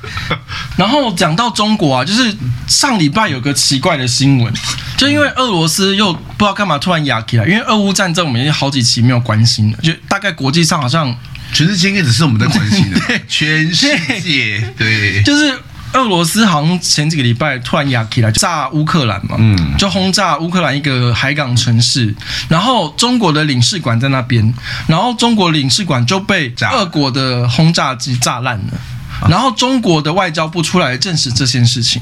[SPEAKER 1] 然后讲到中国啊，就是上礼拜有个奇怪的新闻，就因为俄罗斯又不知道干嘛突然压起来，因为俄乌战争我们已经好几期没有关心了，就大概国际上好像
[SPEAKER 2] 全世界应该只是我们在关心的，全世界 对，
[SPEAKER 1] 就是俄罗斯好像前几个礼拜突然压起来炸乌克兰嘛，
[SPEAKER 2] 嗯
[SPEAKER 1] 就轰炸乌克兰一个海港城市，然后中国的领事馆在那边，然后中国领事馆就被
[SPEAKER 2] 炸
[SPEAKER 1] 俄国的轰炸机炸烂了。
[SPEAKER 2] 啊
[SPEAKER 1] 然后中国的外交部出来证实这件事情，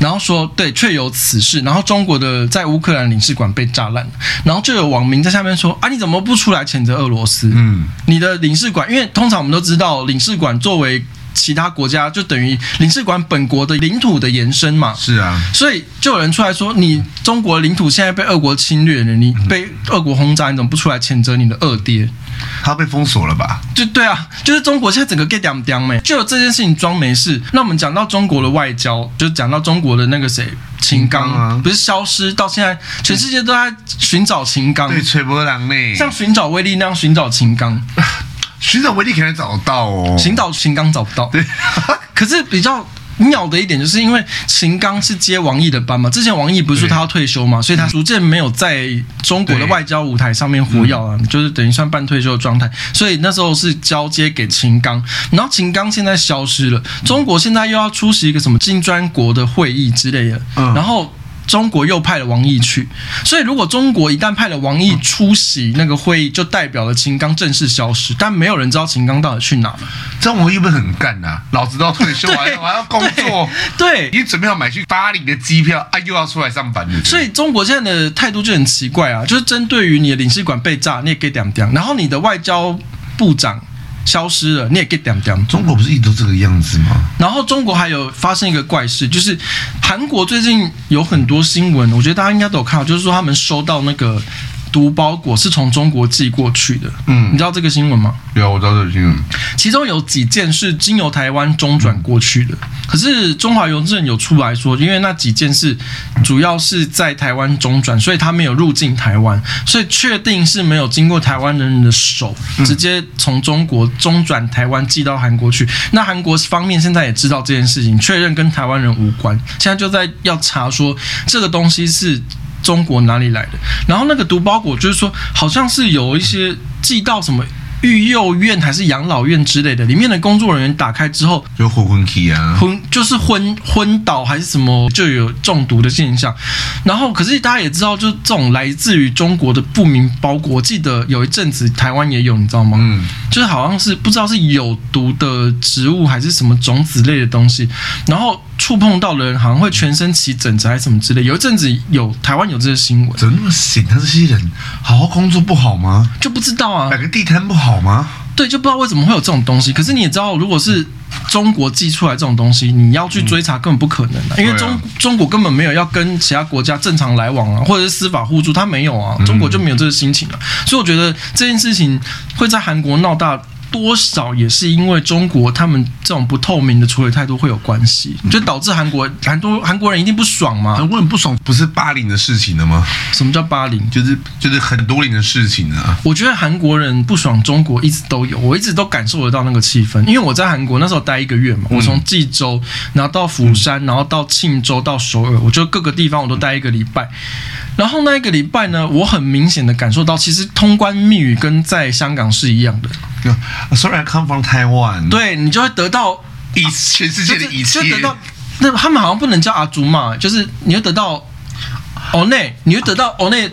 [SPEAKER 1] 然后说对，确有此事。然后中国的在乌克兰领事馆被炸烂，然后就有网民在下面说啊，你怎么不出来谴责俄罗斯？
[SPEAKER 2] 嗯，
[SPEAKER 1] 你的领事馆，因为通常我们都知道，领事馆作为其他国家就等于领事馆本国的领土的延伸嘛，
[SPEAKER 2] 是啊，
[SPEAKER 1] 所以就有人出来说，你中国领土现在被俄国侵略了，你
[SPEAKER 2] 嗯
[SPEAKER 1] 被俄国轰炸，你怎么不出来谴责你的二爹？
[SPEAKER 2] 他被封锁了吧？
[SPEAKER 1] 就对啊， 就是中国现在整个 get down down 没，就有这件事情装没事。那我们讲到中国的外交，就讲到中国的那个谁秦刚，
[SPEAKER 2] 秦刚啊
[SPEAKER 1] 不是消失到现在，全世界都在寻找秦刚，
[SPEAKER 2] 对，吹波浪呢，
[SPEAKER 1] 像寻找威力那样寻找秦刚。
[SPEAKER 2] 寻找威力可能找得到哦。
[SPEAKER 1] 寻找秦刚找不到。
[SPEAKER 2] 对，
[SPEAKER 1] 可是比较妙的一点，就是因为秦刚是接王毅的班嘛，之前王毅不是说他要退休嘛，所以他逐渐没有在中国的外交舞台上面活跃啊，
[SPEAKER 2] 嗯
[SPEAKER 1] 就是等于算半退休的状态，所以那时候是交接给秦刚，然后秦刚现在消失了，中国现在又要出席一个什么金砖国的会议之类的，
[SPEAKER 2] 嗯
[SPEAKER 1] 然后。中国又派了王毅去，所以如果中国一旦派了王毅出席那个会议，就代表了秦刚正式消失，但没有人知道秦刚到底去哪了。
[SPEAKER 2] 这样我又不是很干呐、老子都要退休，我还要我还要工作，
[SPEAKER 1] 对，
[SPEAKER 2] 已经准备好买去巴黎的机票啊，又要出来上班了。
[SPEAKER 1] 所以中国现在的态度就很奇怪啊，就是针对于你的领事馆被炸，你也给点点，然后你的外交部长消失了，你也给点点。
[SPEAKER 2] 中国不是一直都这个样子吗？
[SPEAKER 1] 然后中国还有发生一个怪事，就是韩国最近有很多新闻，我觉得大家应该都有看到，就是说他们收到那个毒包裹是从中国寄过去的。
[SPEAKER 2] 嗯
[SPEAKER 1] 你知道这个新闻吗？
[SPEAKER 2] 对啊，我知道这个新闻。
[SPEAKER 1] 其中有几件是经由台湾中转过去的，可是中华邮政有出来说，因为那几件是主要是在台湾中转，所以他没有入境台湾，所以确定是没有经过台湾人的手，直接从中国中转台湾寄到韩国去。那韩国方面现在也知道这件事情，确认跟台湾人无关，现在就在要查说这个东西是中国哪里来的。然后那个毒包裹就是说，好像是有一些寄到什么育幼院还是养老院之类的，里面的工作人员打开之后
[SPEAKER 2] 就混混 key 啊，
[SPEAKER 1] 昏，就是昏昏倒还是什么，就有中毒的现象。然后，可是大家也知道，就是这种来自于中国的不明包裹，我记得有一阵子台湾也有，你知道吗？
[SPEAKER 2] 嗯，
[SPEAKER 1] 就是好像是不知道是有毒的植物还是什么种子类的东西，然后触碰到的人好像会全身起疹子还是什么之类。有一阵子有台湾有这个新闻，
[SPEAKER 2] 怎么那么闲？他这些人好好工作不好吗？
[SPEAKER 1] 就不知道啊
[SPEAKER 2] 摆，个地摊不好吗？
[SPEAKER 1] 对，就不知道为什么会有这种东西。可是你也知道，如果是中国寄出来这种东西，你要去追查根本不可能啊，因为
[SPEAKER 2] 对啊
[SPEAKER 1] 中、中国根本没有要跟其他国家正常来往啊，或者是司法互助，他没有啊，中国就没有这个心情了、啊所以我觉得这件事情会在韩国闹大。多少也是因为中国他们这种不透明的处理态度会有关系，就导致韩国很多韩国人一定不爽嘛。
[SPEAKER 2] 很多人不爽，不是巴黎的事情了吗？
[SPEAKER 1] 什么叫霸凌？
[SPEAKER 2] 就是就是很多年的事情啊。
[SPEAKER 1] 我觉得韩国人不爽中国一直都有，我一直都感受得到那个气氛。因为我在韩国那时候待一个月嘛，我从济州，然后到釜山，然后到庆州，到首尔，我就各个地方我都待一个礼拜。然后那一个礼拜呢，我很明显的感受到，其实通关密语跟在香港是一样的。
[SPEAKER 2] 啊 Sorry, I come from Taiwan。，
[SPEAKER 1] 对你就会得到
[SPEAKER 2] 以全世界的一切
[SPEAKER 1] 就，得到，那他们好像不能叫阿祖玛，就是你会得到哦内，你会得到哦内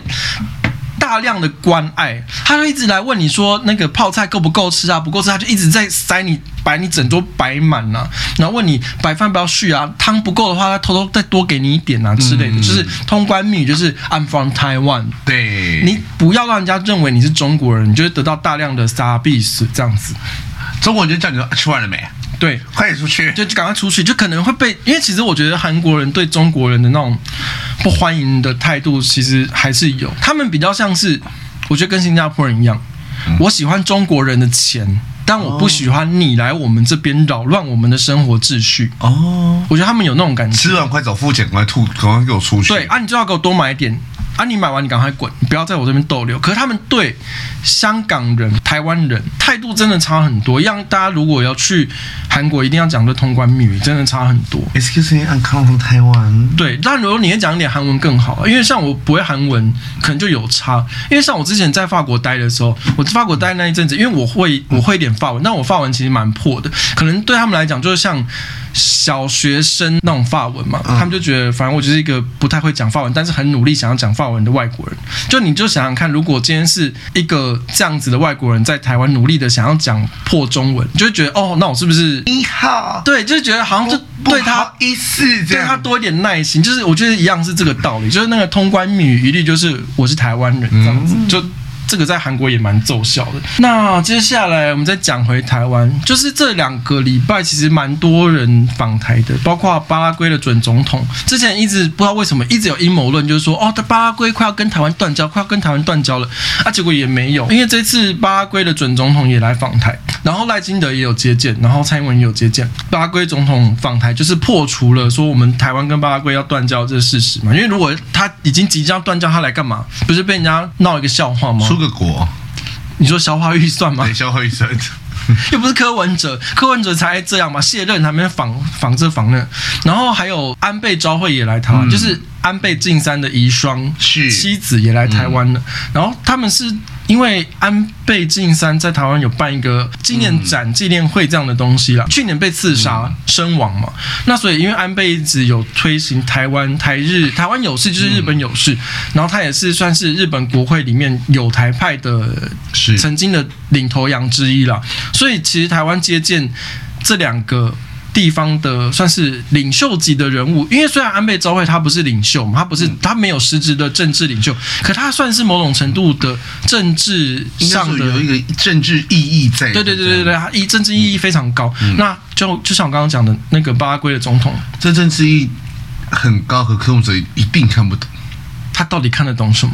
[SPEAKER 1] 大量的关爱，他就一直来问你说那个泡菜够不够吃啊，不够吃，他就一直在塞你摆你整桌摆满呐，然后问你白饭不要续啊，汤不够的话，他偷偷再多给你一点啊之类的，就是通关密语，就是 I'm from Taiwan。
[SPEAKER 2] 对，
[SPEAKER 1] 你不要让人家认为你是中国人，你就会得到大量的 s a b i s 这样子。
[SPEAKER 2] 中国人就叫你说啊吃完了没？
[SPEAKER 1] 对，
[SPEAKER 2] 快点出去。
[SPEAKER 1] 就赶快出去，就可能会被，因为其实我觉得韩国人对中国人的那种不欢迎的态度，其实还是有。他们比较像是，我觉得跟新加坡人一样，我喜欢中国人的钱，但我不喜欢你来我们这边扰乱我们的生活秩序。
[SPEAKER 2] 哦，
[SPEAKER 1] 我觉得他们有那种感觉。
[SPEAKER 2] 吃完快走付钱，赶快吐，赶快给我出去。
[SPEAKER 1] 对啊，你就要给我多买一点啊！你买完你赶快滚，你不要在我这边逗留。可是他们对香港人、台湾人态度真的差很多，让大家如果要去韩国，一定要讲的通关密语，真的差很多。
[SPEAKER 2] Excuse me, I come from Taiwan。
[SPEAKER 1] 对，但如果你也讲一点韩文更好，因为像我不会韩文，可能就有差。因为像我之前在法国待的时候，我在法国待那一阵子，因为我会我会一点法文，但我法文其实蛮破的，可能对他们来讲就是像小学生那种法文嘛，他
[SPEAKER 2] 嗯
[SPEAKER 1] 们就觉得反正我就是一个不太会讲法文，但是很努力想要讲法文的外国人。就你就想想看，如果今天是一个这样子的外国人在台湾努力的想要讲破中文，你就会觉得哦，那我是不是？
[SPEAKER 2] 你好，
[SPEAKER 1] 对，就是觉得好像就
[SPEAKER 2] 不
[SPEAKER 1] 对他
[SPEAKER 2] 好意思这
[SPEAKER 1] 对他
[SPEAKER 2] 样。
[SPEAKER 1] 多一点耐心，就是我觉得一样是这个道理，就是那个通关密语一律就是我是台湾人这样子，就这个在韩国也蛮奏效的。嗯那接下来我们再讲回台湾，就是这两个礼拜其实蛮多人访台的，包括巴拉圭的准总统，之前一直不知道为什么一直有阴谋论，就是说哦，他巴拉圭快要跟台湾断交，快要跟台湾断交了啊，结果也没有，因为这次巴拉圭的准总统也来访台，然后赖清德也有接见，然后蔡英文也有接见。巴拉圭总统访台就是破除了说我们台湾跟巴拉圭要断交这个事实嘛，因为如果他已经即将断交，他来干嘛？不是被人家闹一个笑话吗？
[SPEAKER 2] 出个国，
[SPEAKER 1] 你说消化预算吗
[SPEAKER 2] 等？消耗一生。
[SPEAKER 1] 又不是柯文哲，柯文哲才这样嘛，卸任还没访访这访那，然后还有安倍昭惠也来台湾，
[SPEAKER 2] 嗯
[SPEAKER 1] 就是安倍晋三的遗孀
[SPEAKER 2] 是嗯
[SPEAKER 1] 妻子也来台湾了，然后他们是。因为安倍晋三在台湾有办一个纪
[SPEAKER 2] 嗯
[SPEAKER 1] 念展、纪念会这样的东西啦，去年被刺杀身亡嘛，那所以因为安倍一直有推行台湾台日台湾有事就是日
[SPEAKER 2] 嗯
[SPEAKER 1] 本有事，然后他也是算是日本国会里面有台派的
[SPEAKER 2] 是
[SPEAKER 1] 曾经的领头羊之一啦。所以其实台湾接见这两个。地方的算是领袖级的人物，因为虽然安倍昭惠他不是领袖嘛，他不
[SPEAKER 2] 嗯
[SPEAKER 1] 是他没有实质的政治领袖，可他算是某种程度的政治
[SPEAKER 2] 应该
[SPEAKER 1] 上
[SPEAKER 2] 说
[SPEAKER 1] 的
[SPEAKER 2] 有一个政治意义在的。
[SPEAKER 1] 对对对对对，它意政治意义非常高。
[SPEAKER 2] 嗯
[SPEAKER 1] 那就就像我刚刚讲的那个巴拉圭的总统，
[SPEAKER 2] 这政治意义很高，可柯文哲一定看不懂。
[SPEAKER 1] 他到底看得懂什么？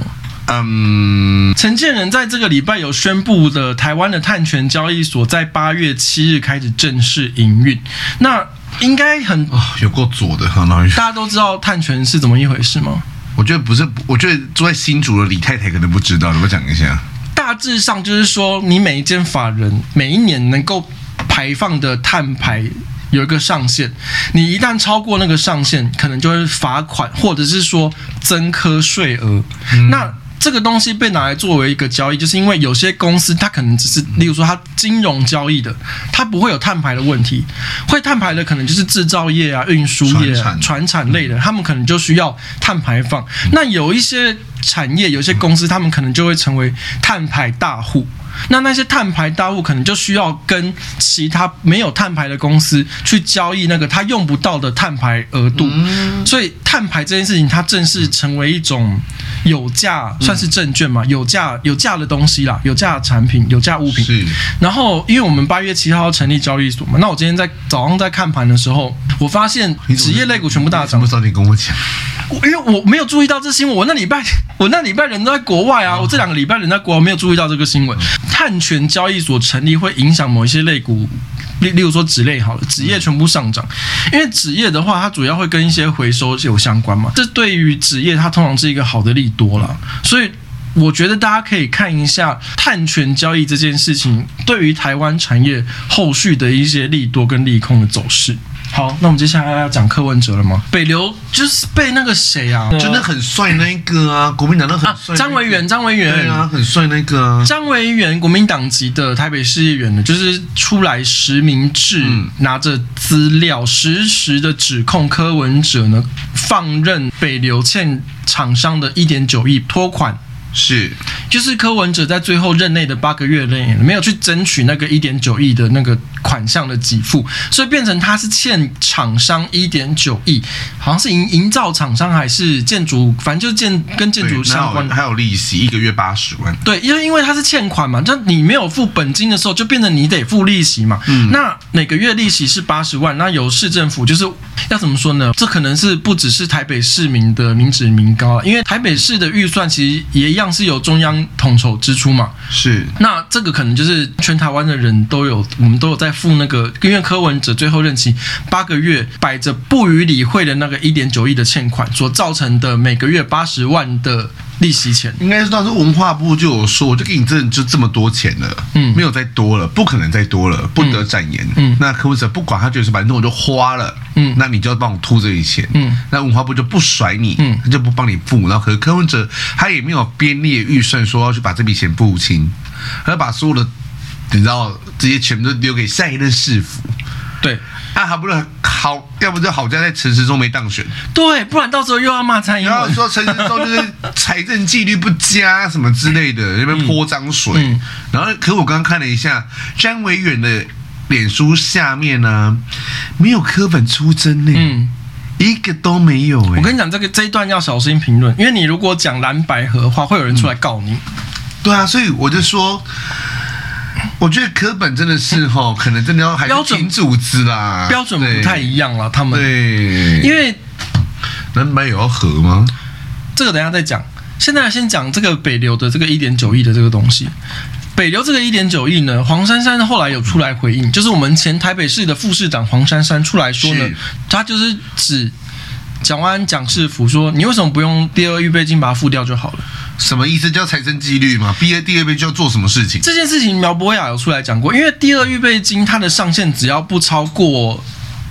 [SPEAKER 2] 嗯，
[SPEAKER 1] 陈建仁在这个礼拜有宣布的，台湾的碳权交易所在八月七日开始正式营运。那应该很
[SPEAKER 2] 哦，有够左的哈，老
[SPEAKER 1] 大家都知道碳权是怎么一回事吗？
[SPEAKER 2] 我觉得不是，我觉得住在新竹的李太太可能不知道，你们讲一下。
[SPEAKER 1] 大致上就是说，你每一间法人每一年能够排放的碳排。有一个上限，你一旦超过那个上限，可能就会罚款，或者是说增科税额。
[SPEAKER 2] 嗯
[SPEAKER 1] 那这个东西被拿来作为一个交易，就是因为有些公司它可能只是，例如说它金融交易的，它不会有碳排的问题，会碳排的可能就是制造业啊、运输业、
[SPEAKER 2] 传
[SPEAKER 1] 啊
[SPEAKER 2] 产、
[SPEAKER 1] 船产类的，他们可能就需要碳排放。那有一些产业、有一些公司，他们可能就会成为碳排大户。那那些碳排大户可能就需要跟其他没有碳排的公司去交易那个他用不到的碳排额度，所以碳排这件事情，它正式成为一种有价，算是证券嘛，有价有价的东西啦，有价的产品，有价物品。
[SPEAKER 2] 是
[SPEAKER 1] 然后，因为我们八月七号要成立交易所嘛，那我今天在早上在看盘的时候，我发现职业类股全部大
[SPEAKER 2] 怎
[SPEAKER 1] 涨
[SPEAKER 2] 么。早点跟我讲？
[SPEAKER 1] 我因为我没有注意到这新闻，我那礼拜我那礼拜人都在国外啊，我这两个礼拜人在国外，没有注意到这个新闻。
[SPEAKER 2] 嗯
[SPEAKER 1] 碳权交易所成立会影响某一些类股。例例如说纸类好了，纸业全部上涨，因为纸业的话，它主要会跟一些回收有相关嘛，这对于纸业它通常是一个好的利多啦，所以我觉得大家可以看一下碳权交易这件事情对于台湾产业后续的一些利多跟利空的走势。好，那我们接下来要讲柯文哲了吗？北流就是被那个谁啊，
[SPEAKER 2] 就那很帅那一个啊，国民党那很帅那
[SPEAKER 1] 啊
[SPEAKER 2] 个、
[SPEAKER 1] 张维远，张维
[SPEAKER 2] 对
[SPEAKER 1] 远。
[SPEAKER 2] 啊，很帅那个啊。
[SPEAKER 1] 张维远，国民党籍的台北市议员呢，就是出来实名制，
[SPEAKER 2] 嗯
[SPEAKER 1] 拿着资料实时的指控柯文哲呢放任北流欠厂商的一点九亿拖款
[SPEAKER 2] 是，
[SPEAKER 1] 就是柯文哲在最后任内的八个月内没有去争取那个一点九亿的那个款项的给付，所以变成他是欠厂商一点九亿，好像是营营造厂商还是建筑，反正就是建跟建筑
[SPEAKER 2] 对
[SPEAKER 1] 相关
[SPEAKER 2] 那
[SPEAKER 1] 的。
[SPEAKER 2] 还有利息，一个月八十万。
[SPEAKER 1] 对，因为因为它是欠款嘛，就你没有付本金的时候，就变成你得付利息嘛。
[SPEAKER 2] 嗯
[SPEAKER 1] 那每个月利息是八十万，那由市政府就是要怎么说呢？这可能是不只是台北市民的民脂民膏啊了，因为台北市的预算其实也一样是由中央统筹支出嘛。
[SPEAKER 2] 是，
[SPEAKER 1] 那这个可能就是全台湾的人都有，我们都有在付那个，因为柯文哲最后任期八个月摆着不予理会的那个一点九亿的欠款所造成的每个月八十万的利息钱。
[SPEAKER 2] 应该是当时文化部就有说，我就给你这就这么多钱了，
[SPEAKER 1] 嗯
[SPEAKER 2] 没有再多了，不可能再多了，不得展言。
[SPEAKER 1] 嗯
[SPEAKER 2] 那柯文哲不管，他就是反正我就花了，
[SPEAKER 1] 嗯
[SPEAKER 2] 那你就要帮我吐这些钱，
[SPEAKER 1] 嗯，
[SPEAKER 2] 那文化部就不甩你，
[SPEAKER 1] 嗯
[SPEAKER 2] 他就不帮你付。然后可是柯文哲他也没有编列预算说要去把这笔钱付清，他就把所有的你知道这些全部都留给下一任市府，
[SPEAKER 1] 对，
[SPEAKER 2] 那还不是好，要不就好在在陈时中没当选。
[SPEAKER 1] 对，不然到时候又要骂蔡英
[SPEAKER 2] 然后
[SPEAKER 1] 文。
[SPEAKER 2] 说陈时中就是财政纪律不佳什么之类的，那边泼脏水。
[SPEAKER 1] 嗯
[SPEAKER 2] 然后，可我刚刚看了一下詹维远的脸书下面呢、没有科本出征呢、
[SPEAKER 1] 嗯，
[SPEAKER 2] 一个都没有哎、
[SPEAKER 1] 我跟你讲，这个这一段要小心评论，因为你 如果讲蓝白合的话，会有人出来告你。
[SPEAKER 2] 对啊，所以我就说。我觉得科本真的是哈，可能真的要还是
[SPEAKER 1] 嗯标准
[SPEAKER 2] 挺组织啦，
[SPEAKER 1] 标准不太一样了，他
[SPEAKER 2] 对。
[SPEAKER 1] 们
[SPEAKER 2] 对，
[SPEAKER 1] 因为
[SPEAKER 2] 南白有要合吗？
[SPEAKER 1] 这个等一下再讲。现在先讲这个北流的这个一点九亿的这个东西。北流这个一点九亿呢，黄珊珊后来有出来回应，就是我们前台北市的副市长黄珊珊出来说呢
[SPEAKER 2] 是，
[SPEAKER 1] 她就是指蒋万安、蒋世福说，你为什么不用第二预备金把它付掉就好了？
[SPEAKER 2] 什么意思？叫财政纪律嘛？毕业第二杯就要做什么事情？
[SPEAKER 1] 这件事情苗博雅有出来讲过，因为第二预备金它的上限只要不超过。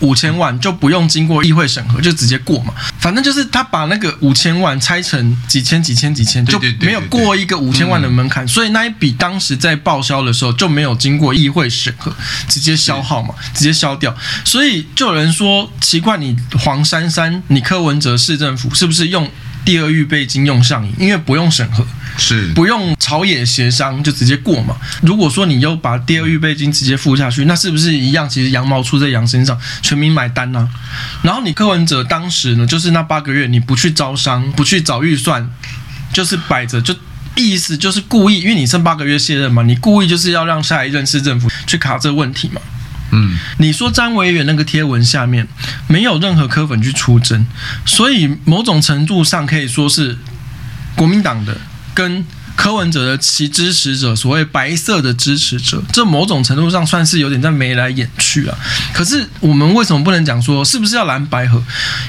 [SPEAKER 1] 五千万就不用经过议会审核，就直接过嘛。反正就是他把那个五千万拆成几千、几千、几千，
[SPEAKER 2] 对
[SPEAKER 1] 就
[SPEAKER 2] 对对
[SPEAKER 1] 没有
[SPEAKER 2] 对对
[SPEAKER 1] 过一个五千万的门槛，所以那一笔当时在报销的时候就没有经过议会审核，直接消耗嘛，直接消掉。所以就有人说奇怪，你黄珊珊、你柯文哲市政府是不是用第二预备金用上瘾？因为不用审核，
[SPEAKER 2] 是
[SPEAKER 1] 不用朝野协商就直接过嘛。如果说你又把第二预备金直接付下去，那是不是一样？其实羊毛出在羊身上，全民买单啊。然后你柯文哲当时呢，就是那八个月你不去招商，不去找预算，就是摆着就。意思就是故意，因为你剩八个月卸任嘛，你故意就是要让下一任市政府去卡这问题嘛。
[SPEAKER 2] 嗯，
[SPEAKER 1] 你说张维远那个贴文下面没有任何科粉去出征，所以某种程度上可以说是国民党的跟柯文哲的其支持者，所谓白色的支持者，这某种程度上算是有点在眉来眼去啊。可是我们为什么不能讲说是不是要蓝白合？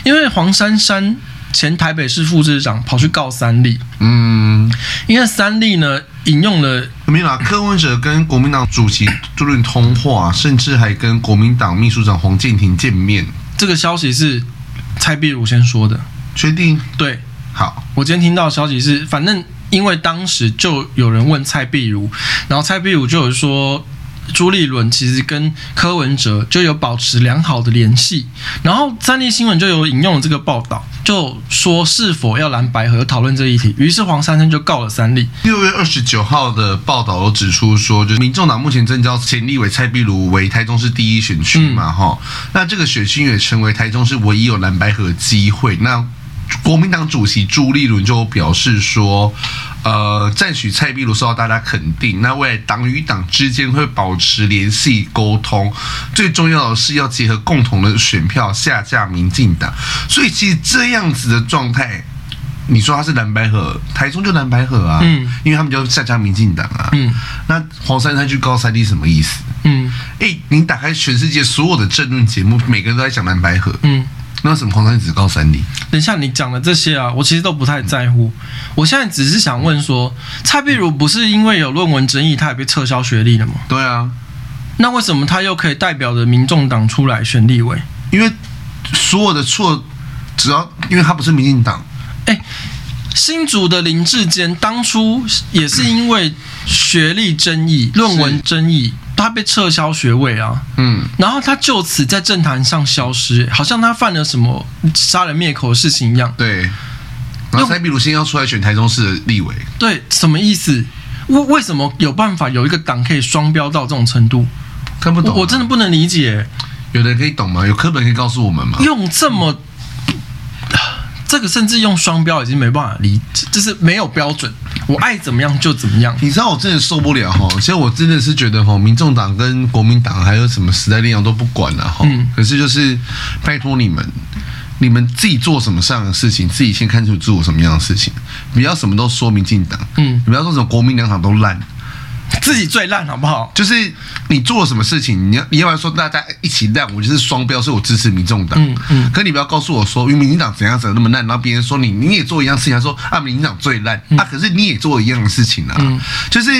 [SPEAKER 1] 因为黄珊珊前台北市副市长跑去告三立，
[SPEAKER 2] 嗯，
[SPEAKER 1] 因为三立呢引用了
[SPEAKER 2] 没有啦。柯文哲跟国民党主席朱立伦通话，甚至还跟国民党秘书长黄健庭见面，
[SPEAKER 1] 这个消息是蔡壁如先说的，
[SPEAKER 2] 确定
[SPEAKER 1] 对，
[SPEAKER 2] 好。
[SPEAKER 1] 我今天听到的消息是，反正因为当时就有人问蔡壁如，然后蔡壁如就有说。朱立伦其实跟柯文哲就有保持良好的联系，然后三立新闻就有引用了这个报道，就说是否要蓝白合讨论这一题，于是黄珊珊就告了三立，
[SPEAKER 2] 六月二十九号的报道有指出说，就是民众党目前征召前立委蔡壁如为台中市第一选区嘛，哈、那这个选区也成为台中市唯一有蓝白合机会。那国民党主席朱立伦就表示说，呃，赞许蔡壁如受到大家肯定，那未来党与党之间会保持联系沟通，最重要的是要结合共同的选票下架民进党。所以其实这样子的状态。你说他是蓝白河，台中就蓝白河啊，
[SPEAKER 1] 嗯
[SPEAKER 2] 因为他们就下架民进党啊，
[SPEAKER 1] 嗯，
[SPEAKER 2] 那黄珊珊去告三立什么意思？
[SPEAKER 1] 嗯
[SPEAKER 2] 哎，你打开全世界所有的政论节目，每个人都在讲蓝白河，
[SPEAKER 1] 嗯。
[SPEAKER 2] 那为什么黄珊珊只告三立？
[SPEAKER 1] 等一下，你讲的这些啊，我其实都不太在乎。我现在只是想问说，蔡壁如不是因为有论文争议，他也被撤销学历了吗？
[SPEAKER 2] 对啊，
[SPEAKER 1] 那为什么他又可以代表着民众党出来选立委？
[SPEAKER 2] 因为所有的错，只要因为他不是民进党，
[SPEAKER 1] 哎，新竹的林志坚当初也是因为学历争议、论文争议，他被撤销学位啊。
[SPEAKER 2] 嗯，
[SPEAKER 1] 然后他就此在政坛上消失，好像他犯了什么杀人灭口的事情一样。
[SPEAKER 2] 对。然后蔡壁如先要出来选台中市的立委，
[SPEAKER 1] 对，什么意思？为为什么有办法有一个党可以双标到这种程度？
[SPEAKER 2] 看不懂、啊
[SPEAKER 1] 我我真的不能理解，
[SPEAKER 2] 有的人可以懂吗？有课本可以告诉我们吗？
[SPEAKER 1] 用这么。这个甚至用双标已经没办法理解，就是没有标准，我爱怎么样就怎么样。
[SPEAKER 2] 你知道我真的受不了哈，其实我真的是觉得哈，民众党跟国民党还有什么时代力量都不管了哈。
[SPEAKER 1] 嗯
[SPEAKER 2] 可是就是拜托你们，你们自己做什么上的事情，自己先看清楚自我什么样的事情，不要什么都说民进党，
[SPEAKER 1] 嗯
[SPEAKER 2] 你不要说什么国民两党都烂，
[SPEAKER 1] 自己最烂好不好？
[SPEAKER 2] 就是你做了什么事情，你要你要不然说大家一起烂，我就是双标，所以我支持民众党。
[SPEAKER 1] 嗯嗯
[SPEAKER 2] 可你不要告诉我说，因为民进党怎样怎样那么烂，然后别人说你你也做一样事情，他说啊民进党最烂、啊，可是你也做一样的事情啊，
[SPEAKER 1] 嗯
[SPEAKER 2] 就是。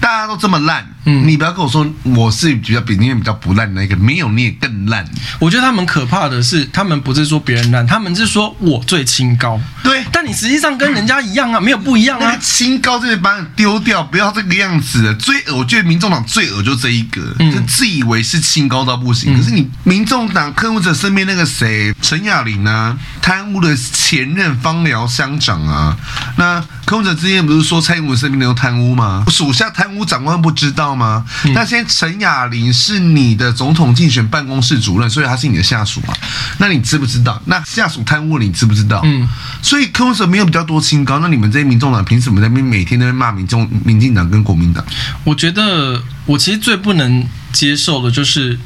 [SPEAKER 2] 大家都这么烂，
[SPEAKER 1] 嗯
[SPEAKER 2] 你不要跟我说我是比较比你比较不烂的那个，没有你也更烂。
[SPEAKER 1] 我觉得他们可怕的是，他们不是说别人烂，他们是说我最清高。
[SPEAKER 2] 对
[SPEAKER 1] 但你实际上跟人家一样啊，没有不一样
[SPEAKER 2] 那
[SPEAKER 1] 啊
[SPEAKER 2] 个。清高这个帮你丢掉，不要这个样子了。最恶，我觉得民众党最恶就这一个，
[SPEAKER 1] 嗯
[SPEAKER 2] 就自以为是清高到不行。可是你民众党柯文哲身边那个谁，陈雅玲啊，贪污的前任芳疗乡长啊，那柯文哲之前不是说蔡英文身边有贪污吗？属下贪污长官不知道吗？
[SPEAKER 1] 嗯
[SPEAKER 2] 那现在陈雅玲是你的总统竞选办公室主任，所以他是你的下属嘛？那你知不知道？那下属贪污了，你知不知道？
[SPEAKER 1] 嗯。
[SPEAKER 2] 所以柯文哲没有比较多清高，那你们这些民众党凭什么在那边每天在那边骂民众、民进党跟国民党？
[SPEAKER 1] 我觉得我其实最不能接受的就是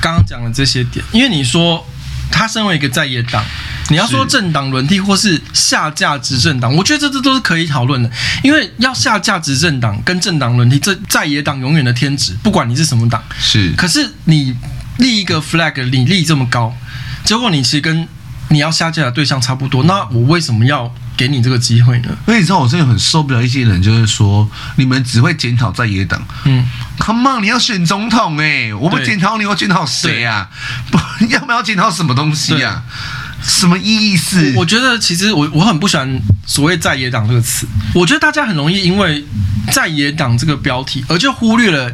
[SPEAKER 1] 刚刚讲的这些点，因为你说他身为一个在野党，你要说
[SPEAKER 2] 是
[SPEAKER 1] 政党轮替或是下架执政党，我觉得这这都是可以讨论的，因为要下架执政党跟政党轮替，这在野党永远的天职，不管你是什么党。
[SPEAKER 2] 是
[SPEAKER 1] 可是你立一个 flag，你立这么高，结果你其实跟你要下架的对象差不多，那我为什么要给你这个机会呢？
[SPEAKER 2] 而且你知道，我真的很受不了一些人，就是说你们只会检讨在野党。
[SPEAKER 1] 嗯，
[SPEAKER 2] Come on，你要选总统哎、我们
[SPEAKER 1] 对
[SPEAKER 2] 检讨你要检讨谁啊？不， 要不要检讨什么东西啊？什么意思？
[SPEAKER 1] 我觉得其实我我很不喜欢所谓在野党这个词，我觉得大家很容易因为在野党这个标题，而就忽略了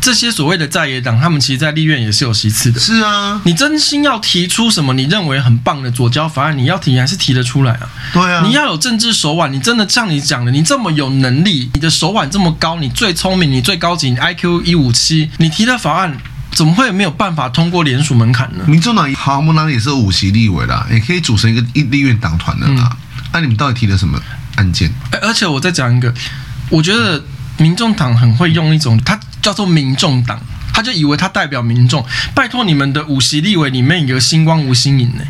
[SPEAKER 1] 这些所谓的在野党，他们其实在立院也是有席次的。
[SPEAKER 2] 是啊，
[SPEAKER 1] 你真心要提出什么你认为很棒的左交法案，你要提还是提得出来啊？
[SPEAKER 2] 对啊，
[SPEAKER 1] 你要有政治手腕，你真的像你讲的，你这么有能力，你的手腕这么高，你最聪明，你最高级，你 IQ 一五七，你提的法案怎么会没有办法通过联署门槛呢？
[SPEAKER 2] 民众党好，我们党也是有五席立委啦，也可以组成一个一立院党团的啦。
[SPEAKER 1] 嗯
[SPEAKER 2] 那、你们到底提了什么案件？
[SPEAKER 1] 哎而且我再讲一个，我觉得民众党很会用一种，它叫做民众党。他就以为他代表民众，拜托你们的五席立委里面有个星光吴新颖呢、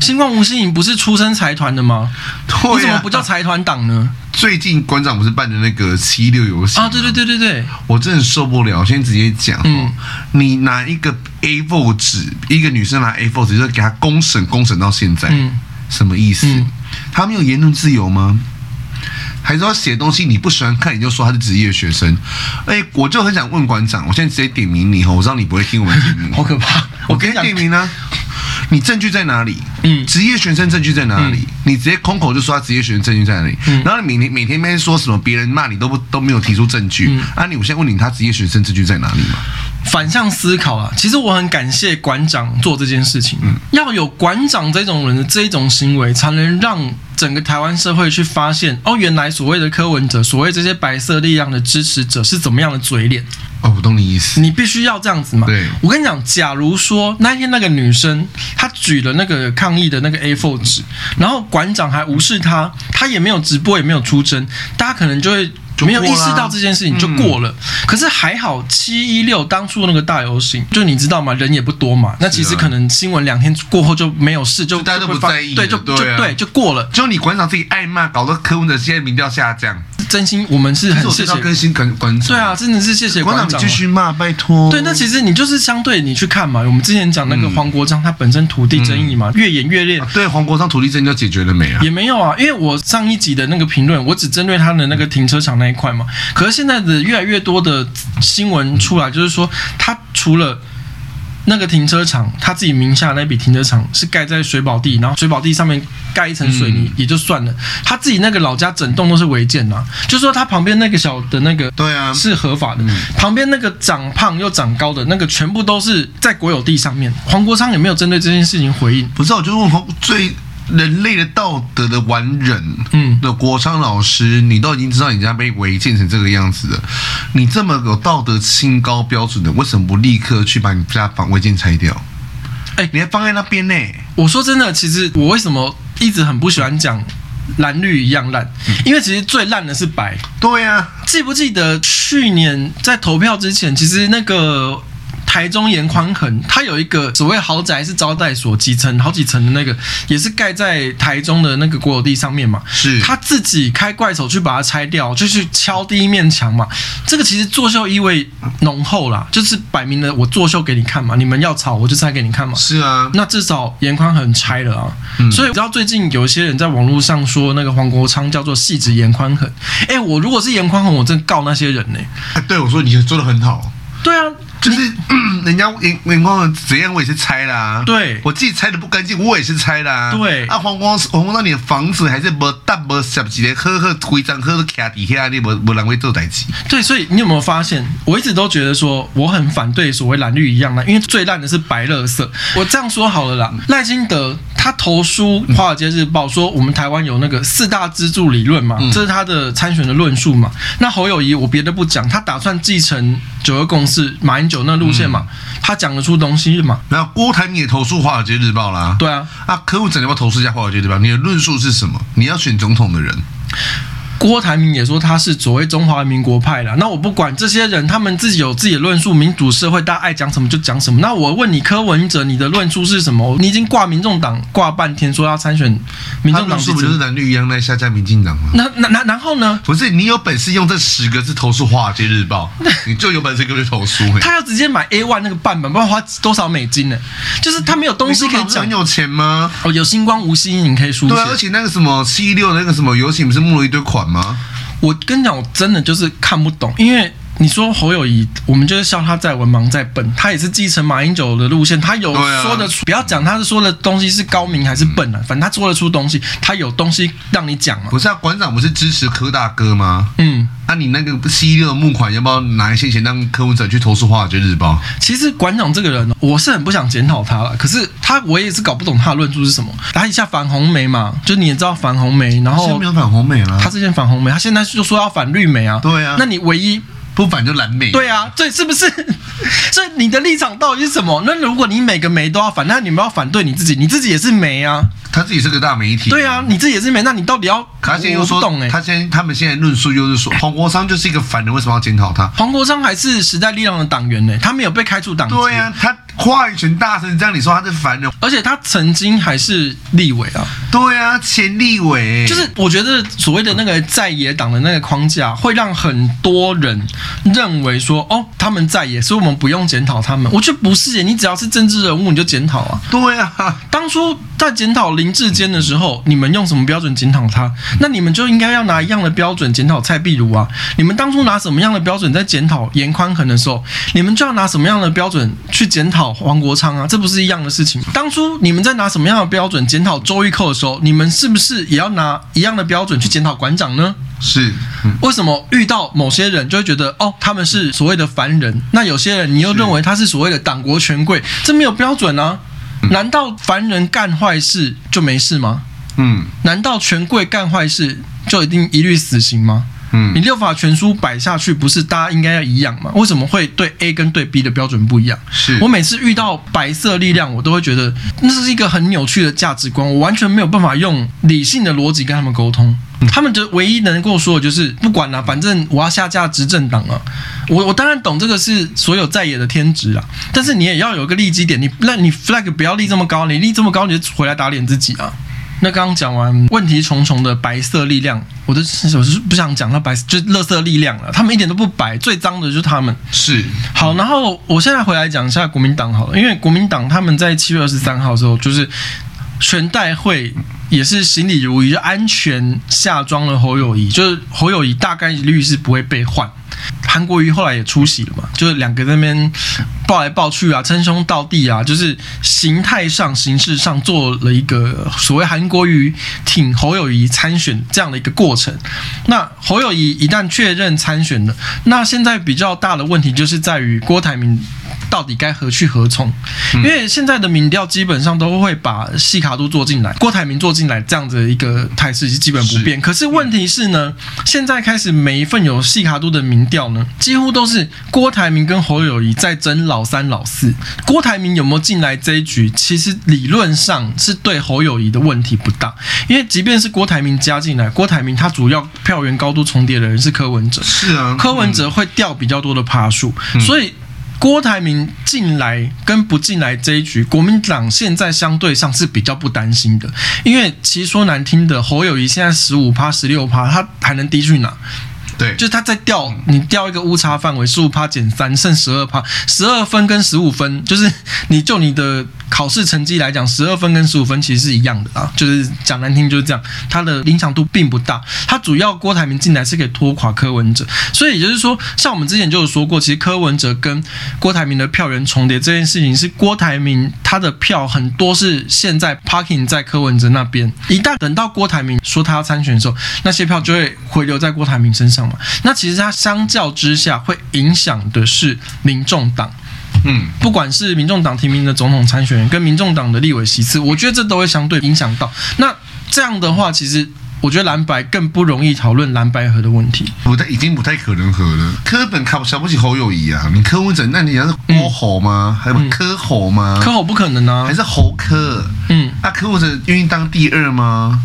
[SPEAKER 1] 星光吴新颖不是出身财团的吗？
[SPEAKER 2] 对啊
[SPEAKER 1] 你怎么不叫财团党呢？
[SPEAKER 2] 最近馆长不是办的那个七六游行
[SPEAKER 1] 啊，对对对对对，
[SPEAKER 2] 我真的受不了，我先直接讲哦，
[SPEAKER 1] 嗯
[SPEAKER 2] 你拿一个 A4 纸，一个女生拿 A4 纸，就给她公审公审到现在，
[SPEAKER 1] 嗯
[SPEAKER 2] 什么意思
[SPEAKER 1] 嗯？
[SPEAKER 2] 她没有言论自由吗？还是要写东西你不喜欢看，你就说她是职业学生？哎、我就很想问馆长，我现在直接点名你哦，我知道你不会听我们节 目，
[SPEAKER 1] 好可怕！
[SPEAKER 2] 我
[SPEAKER 1] 跟你
[SPEAKER 2] 给你
[SPEAKER 1] 讲
[SPEAKER 2] 点，名呢。你证据在哪里？
[SPEAKER 1] 嗯
[SPEAKER 2] 职业学生证据在哪里？你直接空口就说他职业学生证据在哪里，
[SPEAKER 1] 嗯
[SPEAKER 2] 然后你每天每天每天说什么别人骂你都不都没有提出证据，啊你我现在问你他职业学生证据在哪里嘛？
[SPEAKER 1] 反向思考啊，其实我很感谢馆长做这件事情。要有馆长这种人的这一种行为，才能让整个台湾社会去发现，哦，原来所谓的柯文哲，所谓这些白色力量的支持者是怎么样的嘴脸。
[SPEAKER 2] 哦，我懂你意思，
[SPEAKER 1] 你必须要这样子嘛。
[SPEAKER 2] 对
[SPEAKER 1] 我跟你讲，假如说那一天那个女生她举了那个抗议的那个 A4 纸，然后馆长还无视她，她也没有直播，也没有出征，大家可能就会。
[SPEAKER 2] 就
[SPEAKER 1] 没有
[SPEAKER 2] 过
[SPEAKER 1] 意
[SPEAKER 2] 啦嗯
[SPEAKER 1] 识到这件事情就过了，可是还好七一六当初那个大游行，就你知道吗？人也不多嘛，那其实
[SPEAKER 2] 是啊
[SPEAKER 1] 可能新闻两天过后就没有事，就
[SPEAKER 2] 大家都
[SPEAKER 1] 就会
[SPEAKER 2] 不
[SPEAKER 1] 发
[SPEAKER 2] 在意
[SPEAKER 1] 对，就
[SPEAKER 2] 了
[SPEAKER 1] 就
[SPEAKER 2] 对啊
[SPEAKER 1] 对就过了。
[SPEAKER 2] 就你馆长自己爱骂，搞得柯文哲现在民调下降，
[SPEAKER 1] 真心我们是
[SPEAKER 2] 这是
[SPEAKER 1] 很
[SPEAKER 2] 我
[SPEAKER 1] 谢
[SPEAKER 2] 知
[SPEAKER 1] 谢
[SPEAKER 2] 道，更新馆馆长，
[SPEAKER 1] 对啊，，真的是谢谢
[SPEAKER 2] 馆
[SPEAKER 1] 馆
[SPEAKER 2] 长
[SPEAKER 1] 长
[SPEAKER 2] 你
[SPEAKER 1] 啊。
[SPEAKER 2] 继续骂，拜托。
[SPEAKER 1] 对，那其实你就是相对你去看嘛，我们之前讲那个黄国章，他本身土地争议嘛，越演越烈。
[SPEAKER 2] 啊对黄国昌土地证就解决了没啊？
[SPEAKER 1] 也没有啊，因为我上一集的那个评论，我只针对他的那个停车场那一块嘛。可是现在的越来越多的新闻出来，就是说他除了那个停车场，他自己名下那笔停车场是盖在水保地，然后水保地上面盖一层水
[SPEAKER 2] 嗯
[SPEAKER 1] 泥、也就算了，他自己那个老家整栋都是违建呐、啊就说他旁边那个小的那个
[SPEAKER 2] 对啊，
[SPEAKER 1] 是合法的。旁边那个长胖又长高的那个，全部都是在国有地上面。黄国昌也没有针对这件事情回应。
[SPEAKER 2] 不是啊，我就问黄最人类的道德的完人，
[SPEAKER 1] 嗯
[SPEAKER 2] 的国昌老师，你都已经知道你家被违建成这个样子了，你这么有道德清高标准的，为什么不立刻去把你家房违建拆掉？
[SPEAKER 1] 哎
[SPEAKER 2] 你还放在那边呢？
[SPEAKER 1] 我说真的，其实我为什么一直很不喜欢讲蓝绿一样烂，因为其实最烂的是白。
[SPEAKER 2] 对啊呀、
[SPEAKER 1] 记不记得去年在投票之前，其实那个。台中严宽恒，它有一个所谓豪宅是招待所，几层好几层的那个，也是盖在台中的那个国有地上面嘛。
[SPEAKER 2] 是
[SPEAKER 1] 他自己开怪手去把它拆掉，就去敲第一面墙嘛。这个其实作秀意味浓厚啦，就是摆明了我作秀给你看嘛，你们要吵我就拆给你看嘛。
[SPEAKER 2] 是啊，
[SPEAKER 1] 那至少严宽很拆了啊。所以你知道最近有一些人在网络上说那个黄国昌叫做戏子严宽很，哎、我如果是严宽很，我真告那些人呢、
[SPEAKER 2] 哎对我说你做的很好，
[SPEAKER 1] 对啊，
[SPEAKER 2] 就是嗯人家眼眼光怎样，我也是拆啦、
[SPEAKER 1] 对
[SPEAKER 2] 我自己拆的不干净，我也是拆啦、
[SPEAKER 1] 对
[SPEAKER 2] 啊，黄光黄光，那你的房子还是没大没小，几个呵呵规章呵呵卡底下，你没没人会做代志。
[SPEAKER 1] 对，所以你有没有发现，我一直都觉得说我很反对所谓蓝绿一样烂，因为最烂的是白乐色。我这样说好了啦，赖清德他投书《华尔街日报》说我们台湾有那个四大支柱理论嘛，这是他的参选的论述嘛。那侯友谊我别的不讲，他打算继承九二共识、马英九那路线嘛，他讲得出东西嘛？
[SPEAKER 2] 然后郭台铭也投诉《华尔街日报》啦。
[SPEAKER 1] 对啊，
[SPEAKER 2] 啊，柯文哲你要不要投诉一下《华尔街日报》？你的论述是什么？你要选总统的人，
[SPEAKER 1] 郭台铭也说他是所谓中华民国派啦。那我不管这些人，他们自己有自己的论述，民主社会大家爱讲什么就讲什么。那我问你，柯文哲，你的论述是什么？你已经挂民众党挂半天，说要参选民
[SPEAKER 2] 他
[SPEAKER 1] 众党
[SPEAKER 2] 们
[SPEAKER 1] 执
[SPEAKER 2] 说不就是
[SPEAKER 1] 政，
[SPEAKER 2] 蓝绿一样在下架民进党吗？
[SPEAKER 1] 那那那然后呢？
[SPEAKER 2] 不是，你有本事用这十个字投诉《华尔街日报》， 你就有本事给我去投诉、欸。
[SPEAKER 1] 他要直接买 A one 那个半版，不知道花多少美金呢？就是他没有东西可以
[SPEAKER 2] 民进党不是
[SPEAKER 1] 讲
[SPEAKER 2] 很。有钱吗？
[SPEAKER 1] 哦，有星光无息影可以书写
[SPEAKER 2] 对。啊，而且那个什么七一六那个什么游行不是募了一堆款吗？
[SPEAKER 1] 我跟你讲，我真的就是看不懂，因为你说侯友谊，我们就是笑他在文盲在笨，他也是继承马英九的路线，他有
[SPEAKER 2] 对啊
[SPEAKER 1] 说得出，不要讲他是说的东西是高明还是笨啊，反正他做得出东西，他有东西让你讲嘛。
[SPEAKER 2] 不是啊，馆长不是支持柯大哥吗？
[SPEAKER 1] 嗯，
[SPEAKER 2] 那、你那个七一六的募款要不要拿一些钱让柯文哲去投诉《华尔街日报》？
[SPEAKER 1] 其实馆长这个人，我是很不想检讨他了，可是他我也是搞不懂他的论述是什么。他一下反红梅嘛，就你也知道反红梅，然
[SPEAKER 2] 现在
[SPEAKER 1] 后
[SPEAKER 2] 没有反红美啊了，
[SPEAKER 1] 哦他之前反红梅，他现在就说要反绿梅啊。
[SPEAKER 2] 对啊
[SPEAKER 1] 那你唯一
[SPEAKER 2] 不反就蓝美。
[SPEAKER 1] 对啊，对，是不是？ 所以你的立场到底是什么？那如果你每个媒都要反，那你们要反对你自己，你自己也是媒啊，
[SPEAKER 2] 他自己是个大媒体。
[SPEAKER 1] 对啊，你自己也是媒，那你到底要？
[SPEAKER 2] 他现在又
[SPEAKER 1] 我不
[SPEAKER 2] 说
[SPEAKER 1] 懂，哎、
[SPEAKER 2] 他现在他们现在论述又是说黄国昌就是一个反人，为什么要检讨他？
[SPEAKER 1] 黄国昌还是时代力量的党员呢、欸他没有被开除党籍，
[SPEAKER 2] 对呀、啊，他话语权大成这样，你说他是凡人？
[SPEAKER 1] 而且他曾经还是立委啊，
[SPEAKER 2] 对呀、啊，前立委
[SPEAKER 1] 就是我觉得所谓的那个在野党的那个框架，会让很多人认为说，哦，他们在野，所以我们不用检讨他们。我觉得不是耶，你只要是政治人物，你就检讨啊。
[SPEAKER 2] 对啊，
[SPEAKER 1] 当初在检讨林志坚的时候，你们用什么标准检讨他？那你们就应该要拿一样的标准检讨蔡壁如啊！你们当初拿什么样的标准在检讨严宽恒的时候，你们就要拿什么样的标准去检讨黄国昌啊？这不是一样的事情吗？当初你们在拿什么样的标准检讨周玉蔻的时候，你们是不是也要拿一样的标准去检讨馆长呢？
[SPEAKER 2] 是，嗯，
[SPEAKER 1] 为什么遇到某些人就会觉得哦，他们是所谓的凡人？那有些人你又认为他是所谓的党国权贵，这没有标准啊？难道凡人干坏事就没事吗？
[SPEAKER 2] 嗯
[SPEAKER 1] 难道权贵干坏事就一定一律死刑吗？你
[SPEAKER 2] 嗯，
[SPEAKER 1] 六法全书摆下去，不是大家应该要一样吗？为什么会对 A 跟对 B 的标准不一样？
[SPEAKER 2] 是
[SPEAKER 1] 我每次遇到白色力量，我都会觉得那是一个很扭曲的价值观，我完全没有办法用理性的逻辑跟他们沟通。他们就唯一能够说的就是不管了、反正我要下架执政党啊。我我当然懂这个是所有在野的天职啊，但是你也要有个立基点，你那你 flag 不要立这么高，你立这么高你就回来打脸自己啊。那刚刚讲完问题重重的白色力量，我都我是不想讲到白，就是乐色力量了。他们一点都不白，最脏的就是他们。
[SPEAKER 2] 是，
[SPEAKER 1] 好，然后我现在回来讲一下国民党好了，因为国民党他们在七月二十三号的时候，就是全代会也是行礼如仪，就安全下庄了侯友谊，就是侯友谊大概率是不会被换。韩国瑜后来也出席了嘛，就是两个在那边抱来抱去啊，称兄道弟啊，就是形态上、形式上做了一个所谓韩国瑜挺侯友谊参选这样的一个过程。那侯友谊一旦确认参选了，那现在比较大的问题就是在于郭台铭到底该何去何从？因为现在的民调基本上都会把细卡都做进来，郭台铭做进来这样子的一个态势是基本不变。可是问题是呢，现在开始每一份有细卡都的民调呢，几乎都是郭台铭跟侯友谊在争老三老四。郭台铭有没有进来这一局，其实理论上是对侯友谊的问题不大，因为即便是郭台铭加进来，郭台铭他主要票源高度重叠的人是柯文哲，
[SPEAKER 2] 是啊，
[SPEAKER 1] 柯文哲会掉比较多的趴数，所以郭台铭进来跟不进来这一局，国民党现在相对上是比较不担心的，因为其实说难听的，侯友谊现在十五趴、十六趴，他还能低去哪？
[SPEAKER 2] 嗯对，
[SPEAKER 1] 就是他在掉你掉一个误差范围，十五趴减三剩十二趴，十二分跟十五分，就是你就你的考试成绩来讲，十二分跟十五分其实是一样的啊，就是讲难听就是这样，它的影响度并不大。它主要郭台铭进来是可以拖垮柯文哲，所以也就是说，像我们之前就有说过，其实柯文哲跟郭台铭的票源重叠这件事情，是郭台铭他的票很多是现在 parking 在柯文哲那边，一旦等到郭台铭说他要参选的时候，那些票就会回流在郭台铭身上嘛。那其实它相较之下会影响的是民众党。
[SPEAKER 2] 嗯，
[SPEAKER 1] 不管是民众党提名的总统参选人跟民众党的立委席次，我觉得这都会相对影响到。那这样的话，其实我觉得蓝白更不容易讨论蓝白河的问题。
[SPEAKER 2] 不太已经不太可能和了。柯本看不瞧不起侯友谊啊，你柯文哲，那你要是郭侯吗？还有柯侯吗？
[SPEAKER 1] 可好不可能啊
[SPEAKER 2] 还？是侯柯？
[SPEAKER 1] 嗯，
[SPEAKER 2] 那柯文哲愿意当第二吗？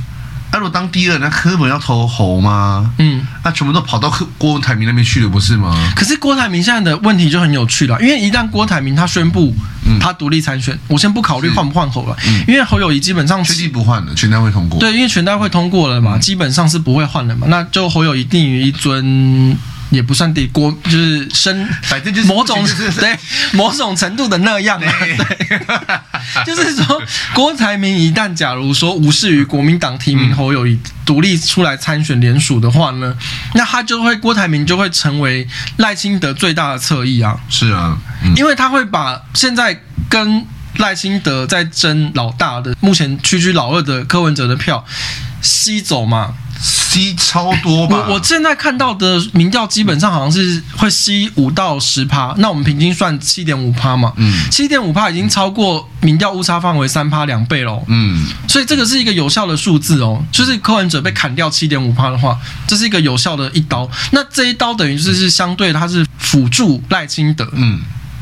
[SPEAKER 2] 那、如果当第二，那柯本要投侯吗？
[SPEAKER 1] 嗯，
[SPEAKER 2] 那全部都跑到柯郭台铭那边去了，不是吗？
[SPEAKER 1] 可是郭台铭现在的问题就很有趣了，因为一旦郭台铭他宣布他独立参选，我先不考虑
[SPEAKER 2] 嗯是嗯
[SPEAKER 1] 换不换侯了，因为侯友谊基本上
[SPEAKER 2] 确定不换了，全单会通过。，嗯
[SPEAKER 1] 对，因为全代会通过了嘛，基本上是不会换人嘛，那就侯友谊定于一尊。也不算低，郭就是身，
[SPEAKER 2] 反正就是
[SPEAKER 1] 某种
[SPEAKER 2] 就是
[SPEAKER 1] 对某种程度的那样啊，对， 就是说郭台铭一旦假如说无视于国民党提名侯友谊独立出来参选联署的话呢，那他就会郭台铭就会成为赖清德最大的侧翼啊，
[SPEAKER 2] 是啊，嗯，
[SPEAKER 1] 因为他会把现在跟赖清德在争老大的，目前屈居老二的柯文哲的票吸走嘛。
[SPEAKER 2] 吸超多吧？
[SPEAKER 1] 我我现在看到的民调基本上好像是会吸五到十趴，那我们平均算七点五趴嘛，
[SPEAKER 2] 嗯
[SPEAKER 1] 七点五趴已经超过民调误差范围三趴两倍喽。
[SPEAKER 2] 嗯，
[SPEAKER 1] 所以这个是一个有效的数字哦，就是柯文哲被砍掉七点五趴的话，这是一个有效的一刀。那这一刀等于就是相对它是辅助赖清德，
[SPEAKER 2] 嗯，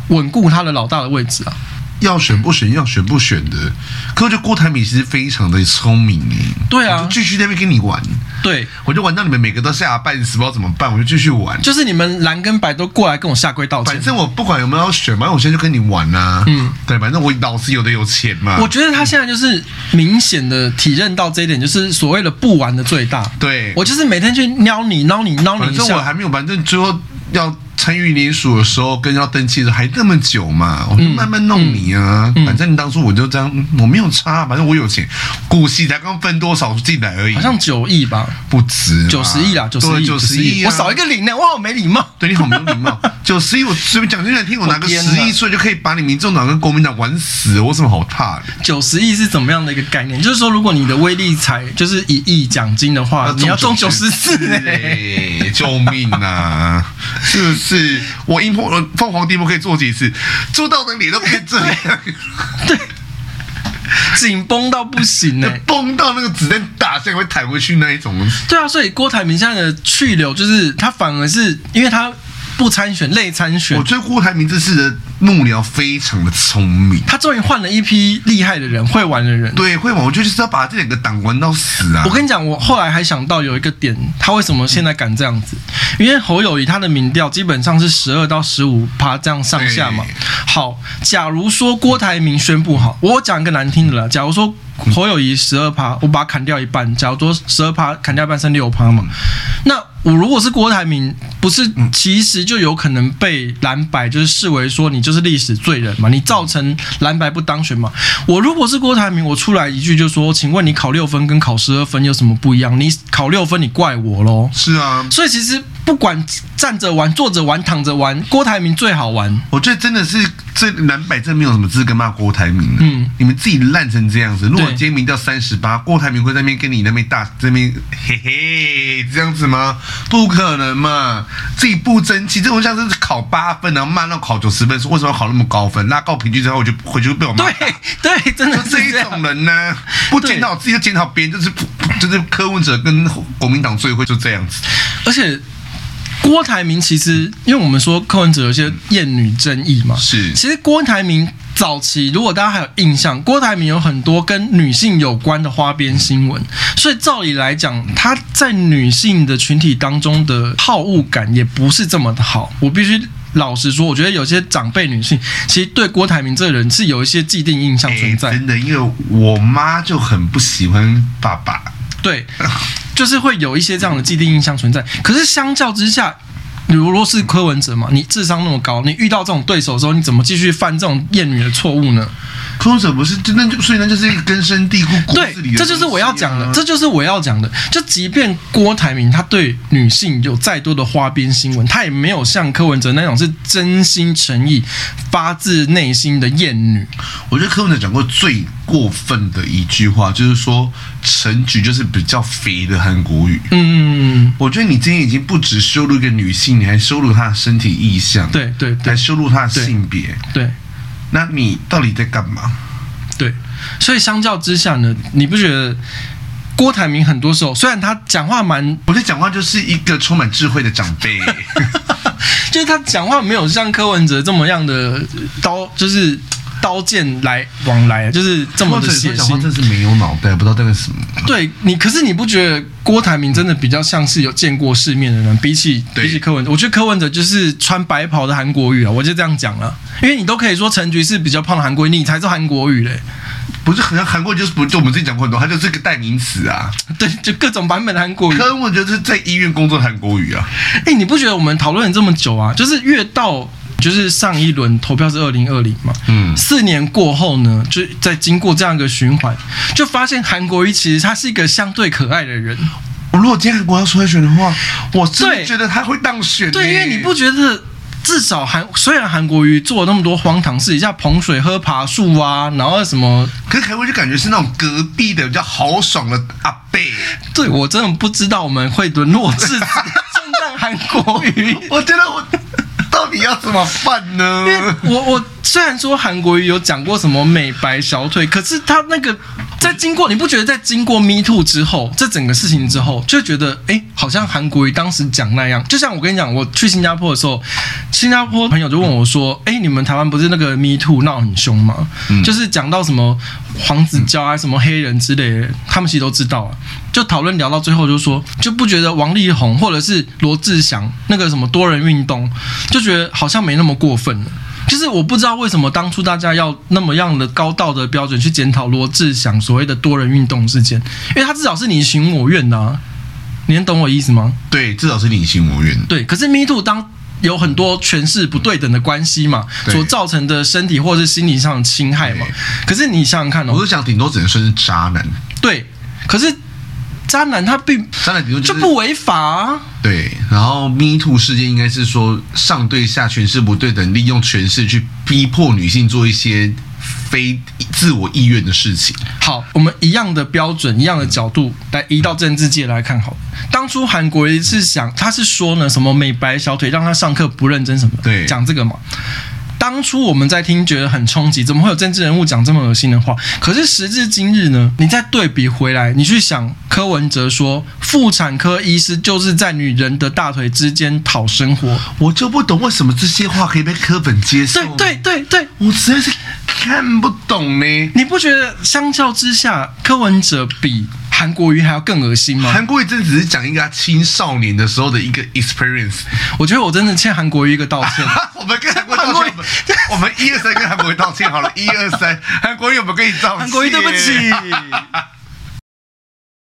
[SPEAKER 1] 稳固他的老大的位置啊。
[SPEAKER 2] 要选不选，要选不选的。可我觉得郭台铭其实非常的聪明诶，
[SPEAKER 1] 对
[SPEAKER 2] 我
[SPEAKER 1] 啊
[SPEAKER 2] 就，继续在那边跟你玩，
[SPEAKER 1] 对，
[SPEAKER 2] 我就玩到你们每个都吓半死，不知道怎么办，我就继续玩。
[SPEAKER 1] 就是你们蓝跟白都过来跟我下跪道歉
[SPEAKER 2] 反。正我不管有没有要选，反正我现在就跟你玩啊。
[SPEAKER 1] 嗯，
[SPEAKER 2] 对，反正我老子有的有钱嘛。
[SPEAKER 1] 我觉得他现在就是明显的体认到这一点，就是所谓的不玩的最大。
[SPEAKER 2] 对，
[SPEAKER 1] 我就是每天去撩你、撩你、撩
[SPEAKER 2] 反
[SPEAKER 1] 你一
[SPEAKER 2] 正我
[SPEAKER 1] 下，
[SPEAKER 2] 还没有，反正最后要参与联署的时候，跟要登记的时候还那么久嘛，
[SPEAKER 1] 嗯
[SPEAKER 2] 我就慢慢弄你啊。反正当初我就这样，我没有差，反正我有钱，股息才刚分多少进来而已，
[SPEAKER 1] 好像九亿吧，
[SPEAKER 2] 不值啊
[SPEAKER 1] 九十亿啦，九十
[SPEAKER 2] 对
[SPEAKER 1] 亿，
[SPEAKER 2] 九十亿，啊
[SPEAKER 1] 我少一。个零呢，哇，我没礼貌。
[SPEAKER 2] 对你好没有礼 貌，九十亿我随便讲句难听，我拿个
[SPEAKER 1] 我天
[SPEAKER 2] 十
[SPEAKER 1] 哪
[SPEAKER 2] 亿出来就可以把你民众党跟国民党玩死，我有什么好怕的？
[SPEAKER 1] 九十亿是怎么样的一个概念？就是说，如果你的威力才就是一亿奖金的话，啊你要中九十次哎。
[SPEAKER 2] 哎，救命 啊！是不是？我英破凤凰地魔可以做几次？做到的脸都变这 样，
[SPEAKER 1] 紧绷到不行哎、
[SPEAKER 2] 崩到那个子弹打下来会弹回去那一种。
[SPEAKER 1] 对啊，所以郭台铭现在的去留就是他反而是因为他不参选，类参选
[SPEAKER 2] 我，觉得郭台铭这次的幕僚非常的聪明，
[SPEAKER 1] 他终于换了一批厉害的人，会玩的人。
[SPEAKER 2] 对，啊会玩，我觉得就是要把这两个党玩到死啊！
[SPEAKER 1] 我跟你讲，我后来还想到有一个点，他为什么现在敢这样子？因为侯友谊他的民调基本上是十二到十五趴这样上下嘛
[SPEAKER 2] 对。
[SPEAKER 1] 好，假如说郭台铭宣布好，我讲一个难听的啦，假如说侯友谊十二趴，我把它砍掉一半，假如说十二趴砍掉一半剩六趴嘛，那。我如果是郭台铭，不是其实就有可能被蓝白就是视为说你就是历史罪人嘛，你造成蓝白不当选嘛。我如果是郭台铭，我出来一句就说，请问你考六分跟考十二分有什么不一样？你考六分，你怪我喽。
[SPEAKER 2] 是啊，
[SPEAKER 1] 所以其实不管站着玩、坐着玩、躺着玩，郭台铭最好玩。
[SPEAKER 2] 我觉得哦真的是这南北真没有什么资格骂郭台铭了。啊
[SPEAKER 1] 嗯，
[SPEAKER 2] 你们自己烂成这样子。如果
[SPEAKER 1] 对
[SPEAKER 2] 今天民调三十八，郭台铭会在那边跟你那边大这边嘿嘿这样子吗？不可能嘛！自己不争气，这种像是考八分，然后骂到考九十分，说为什么要考那么高分？拉高平均之后，我就回去被我骂。
[SPEAKER 1] 对对，真的
[SPEAKER 2] 就是这一
[SPEAKER 1] 这
[SPEAKER 2] 种
[SPEAKER 1] 样。
[SPEAKER 2] 人呢、不检讨自己，就检讨别人，就是就是柯文哲跟国民党最会就这样子。
[SPEAKER 1] 而且郭台铭其实，因为我们说柯文哲有些厌女争议嘛，
[SPEAKER 2] 是
[SPEAKER 1] 其实郭台铭早期，如果大家还有印象，郭台铭有很多跟女性有关的花边新闻，所以照理来讲，他在女性的群体当中的好恶感也不是这么的好。我必须老实说，我觉得有些长辈女性其实对郭台铭这个人是有一些既定印象存在。
[SPEAKER 2] 诶哎真的，因为我妈就很不喜欢爸爸。
[SPEAKER 1] 对，就是会有一些这样的既定印象存在。可是相较之下，你如果是柯文哲嘛，你智商那么高，你遇到这种对手的时候，你怎么继续犯这种厌女的错误呢？
[SPEAKER 2] 柯文哲不是，就那就所以那就是一个根深蒂固骨
[SPEAKER 1] 对
[SPEAKER 2] 子里，
[SPEAKER 1] 哦
[SPEAKER 2] 的、啊
[SPEAKER 1] 这就是我要讲的，这。就是啊我要讲的。就即便郭台铭他对女性有再多的花边新闻，他也没有像柯文哲那种是真心诚意、发自内心的厌女。
[SPEAKER 2] 我觉得柯文哲讲过最过分的一句话，就是说陈菊就是比较肥的韩国语。
[SPEAKER 1] 嗯，
[SPEAKER 2] 我觉得你今天已经不止羞辱一个女性，你还羞辱她的身体意向，
[SPEAKER 1] 对对对
[SPEAKER 2] 还羞辱她的性别，
[SPEAKER 1] 对
[SPEAKER 2] 那你到底在干嘛？
[SPEAKER 1] 对，所以相较之下呢，你不觉得郭台铭很多时候虽然他讲话蛮
[SPEAKER 2] 我在讲话就是一个充满智慧的长 辈。
[SPEAKER 1] 就是他讲话没有像柯文哲这么样的刀，就是刀剑来往来，就是这么
[SPEAKER 2] 或
[SPEAKER 1] 的
[SPEAKER 2] 者
[SPEAKER 1] 血
[SPEAKER 2] 说讲话
[SPEAKER 1] 腥。
[SPEAKER 2] 真的是没有脑袋，不知道在干什么。
[SPEAKER 1] 对你，可是你不觉得郭台铭真的比较像是有见过世面的人？比起
[SPEAKER 2] 对
[SPEAKER 1] 比起柯文哲，我觉得柯文哲就是穿白袍的韩国语啊，我就这样讲了。因为你都可以说陈菊是比较胖的韩国瑜，你才是韩国语嘞。
[SPEAKER 2] 不是，好像韩国就是不就我们自己讲过很多，它就是个代名词啊。
[SPEAKER 1] 对，就各种版本的韩国语。
[SPEAKER 2] 可我就是在医院工作的韩国语啊。
[SPEAKER 1] 哎、你不觉得我们讨论了这么久啊？就是越到就是上一轮投票是二零二零嘛，
[SPEAKER 2] 嗯
[SPEAKER 1] 四年过后呢，就在经过这样一个循环，就发现韩国瑜其实他是一个相对可爱的人。
[SPEAKER 2] 我如果今天韩国要出来选的话，我真的
[SPEAKER 1] 对
[SPEAKER 2] 觉得他会当选、
[SPEAKER 1] 对，因为你不。觉得至少韩虽然韩国瑜做了那么多荒唐事，一下捧水喝爬树啊，然后什么，
[SPEAKER 2] 可是韩国就感觉是那种隔壁的比较豪爽的阿 贝，
[SPEAKER 1] 对我真的不知道我们会沦落至此， 称赞韩国瑜。
[SPEAKER 2] 我觉得我到底要怎么办呢
[SPEAKER 1] 因？为 我我虽然说韩国瑜有讲过什么美白小腿，可是他那个在经过，你不觉得在经过 Me Too 之后，这整个事情之后，就觉得哎、诶好像韩国瑜当时讲那样。就像我跟你讲，我去新加坡的时候，新加坡朋友就问我说：“哎、你们台湾不是那个 Me Too 闹很凶吗？就是讲到什么黄子佼啊、什么黑人之类的，他们其实都知道啊。”就讨论聊到最后，就说就不觉得王力宏或者是罗志祥那个什么多人运动，就觉得好像没那么过分了。就是我不知道为什么当初大家要那么样的高道德标准去检讨罗志祥所谓的多人运动事件，因为他至少是你情我愿的、啊，你能懂我意思吗？
[SPEAKER 2] 对，至少是你情我愿。
[SPEAKER 1] 对，可是 Me Too 当有很多权势不对等的关系嘛，
[SPEAKER 2] 对
[SPEAKER 1] 所造成的身体或是心理上的侵害嘛
[SPEAKER 2] 对。
[SPEAKER 1] 可是你想想看
[SPEAKER 2] 我
[SPEAKER 1] 哦
[SPEAKER 2] 是，想，顶多只能算是渣男，
[SPEAKER 1] 对，可是渣男他并
[SPEAKER 2] 渣男顶多
[SPEAKER 1] 就是不违法、啊。
[SPEAKER 2] 对。然后 Me Too 事件应该是说上对下权势不对等，利用权势去逼迫女性做一些非自我意愿的事情。
[SPEAKER 1] 好，我们一样的标准、一样的角度来移到政治界来看好了。当初韩国瑜是想，他是说呢什么美白小腿让他上课不认真什么的，
[SPEAKER 2] 对
[SPEAKER 1] 讲这个嘛。当初我们在听觉得很冲击，怎么会有政治人物讲这么恶心的话？可是时至今日呢，你再对比回来，你去想柯文哲说妇产科医师就是在女人的大腿之间讨生活，
[SPEAKER 2] 我就不懂为什么这些话可以被柯本接受
[SPEAKER 1] 对。对，对对，
[SPEAKER 2] 我实在是看不懂呢。
[SPEAKER 1] 你不觉得相较之下，柯文哲比韩国瑜还要更恶心吗？
[SPEAKER 2] 韩国瑜真的只是讲一个他青少年的时候的一个 experience。
[SPEAKER 1] 我觉得我真的欠韩国瑜一个道歉。
[SPEAKER 2] 我们跟韩国瑜道歉，我们我 们一二三跟韩国瑜道歉好了，一二三，韩国瑜我们跟你道歉。
[SPEAKER 1] 韩国瑜，对不起。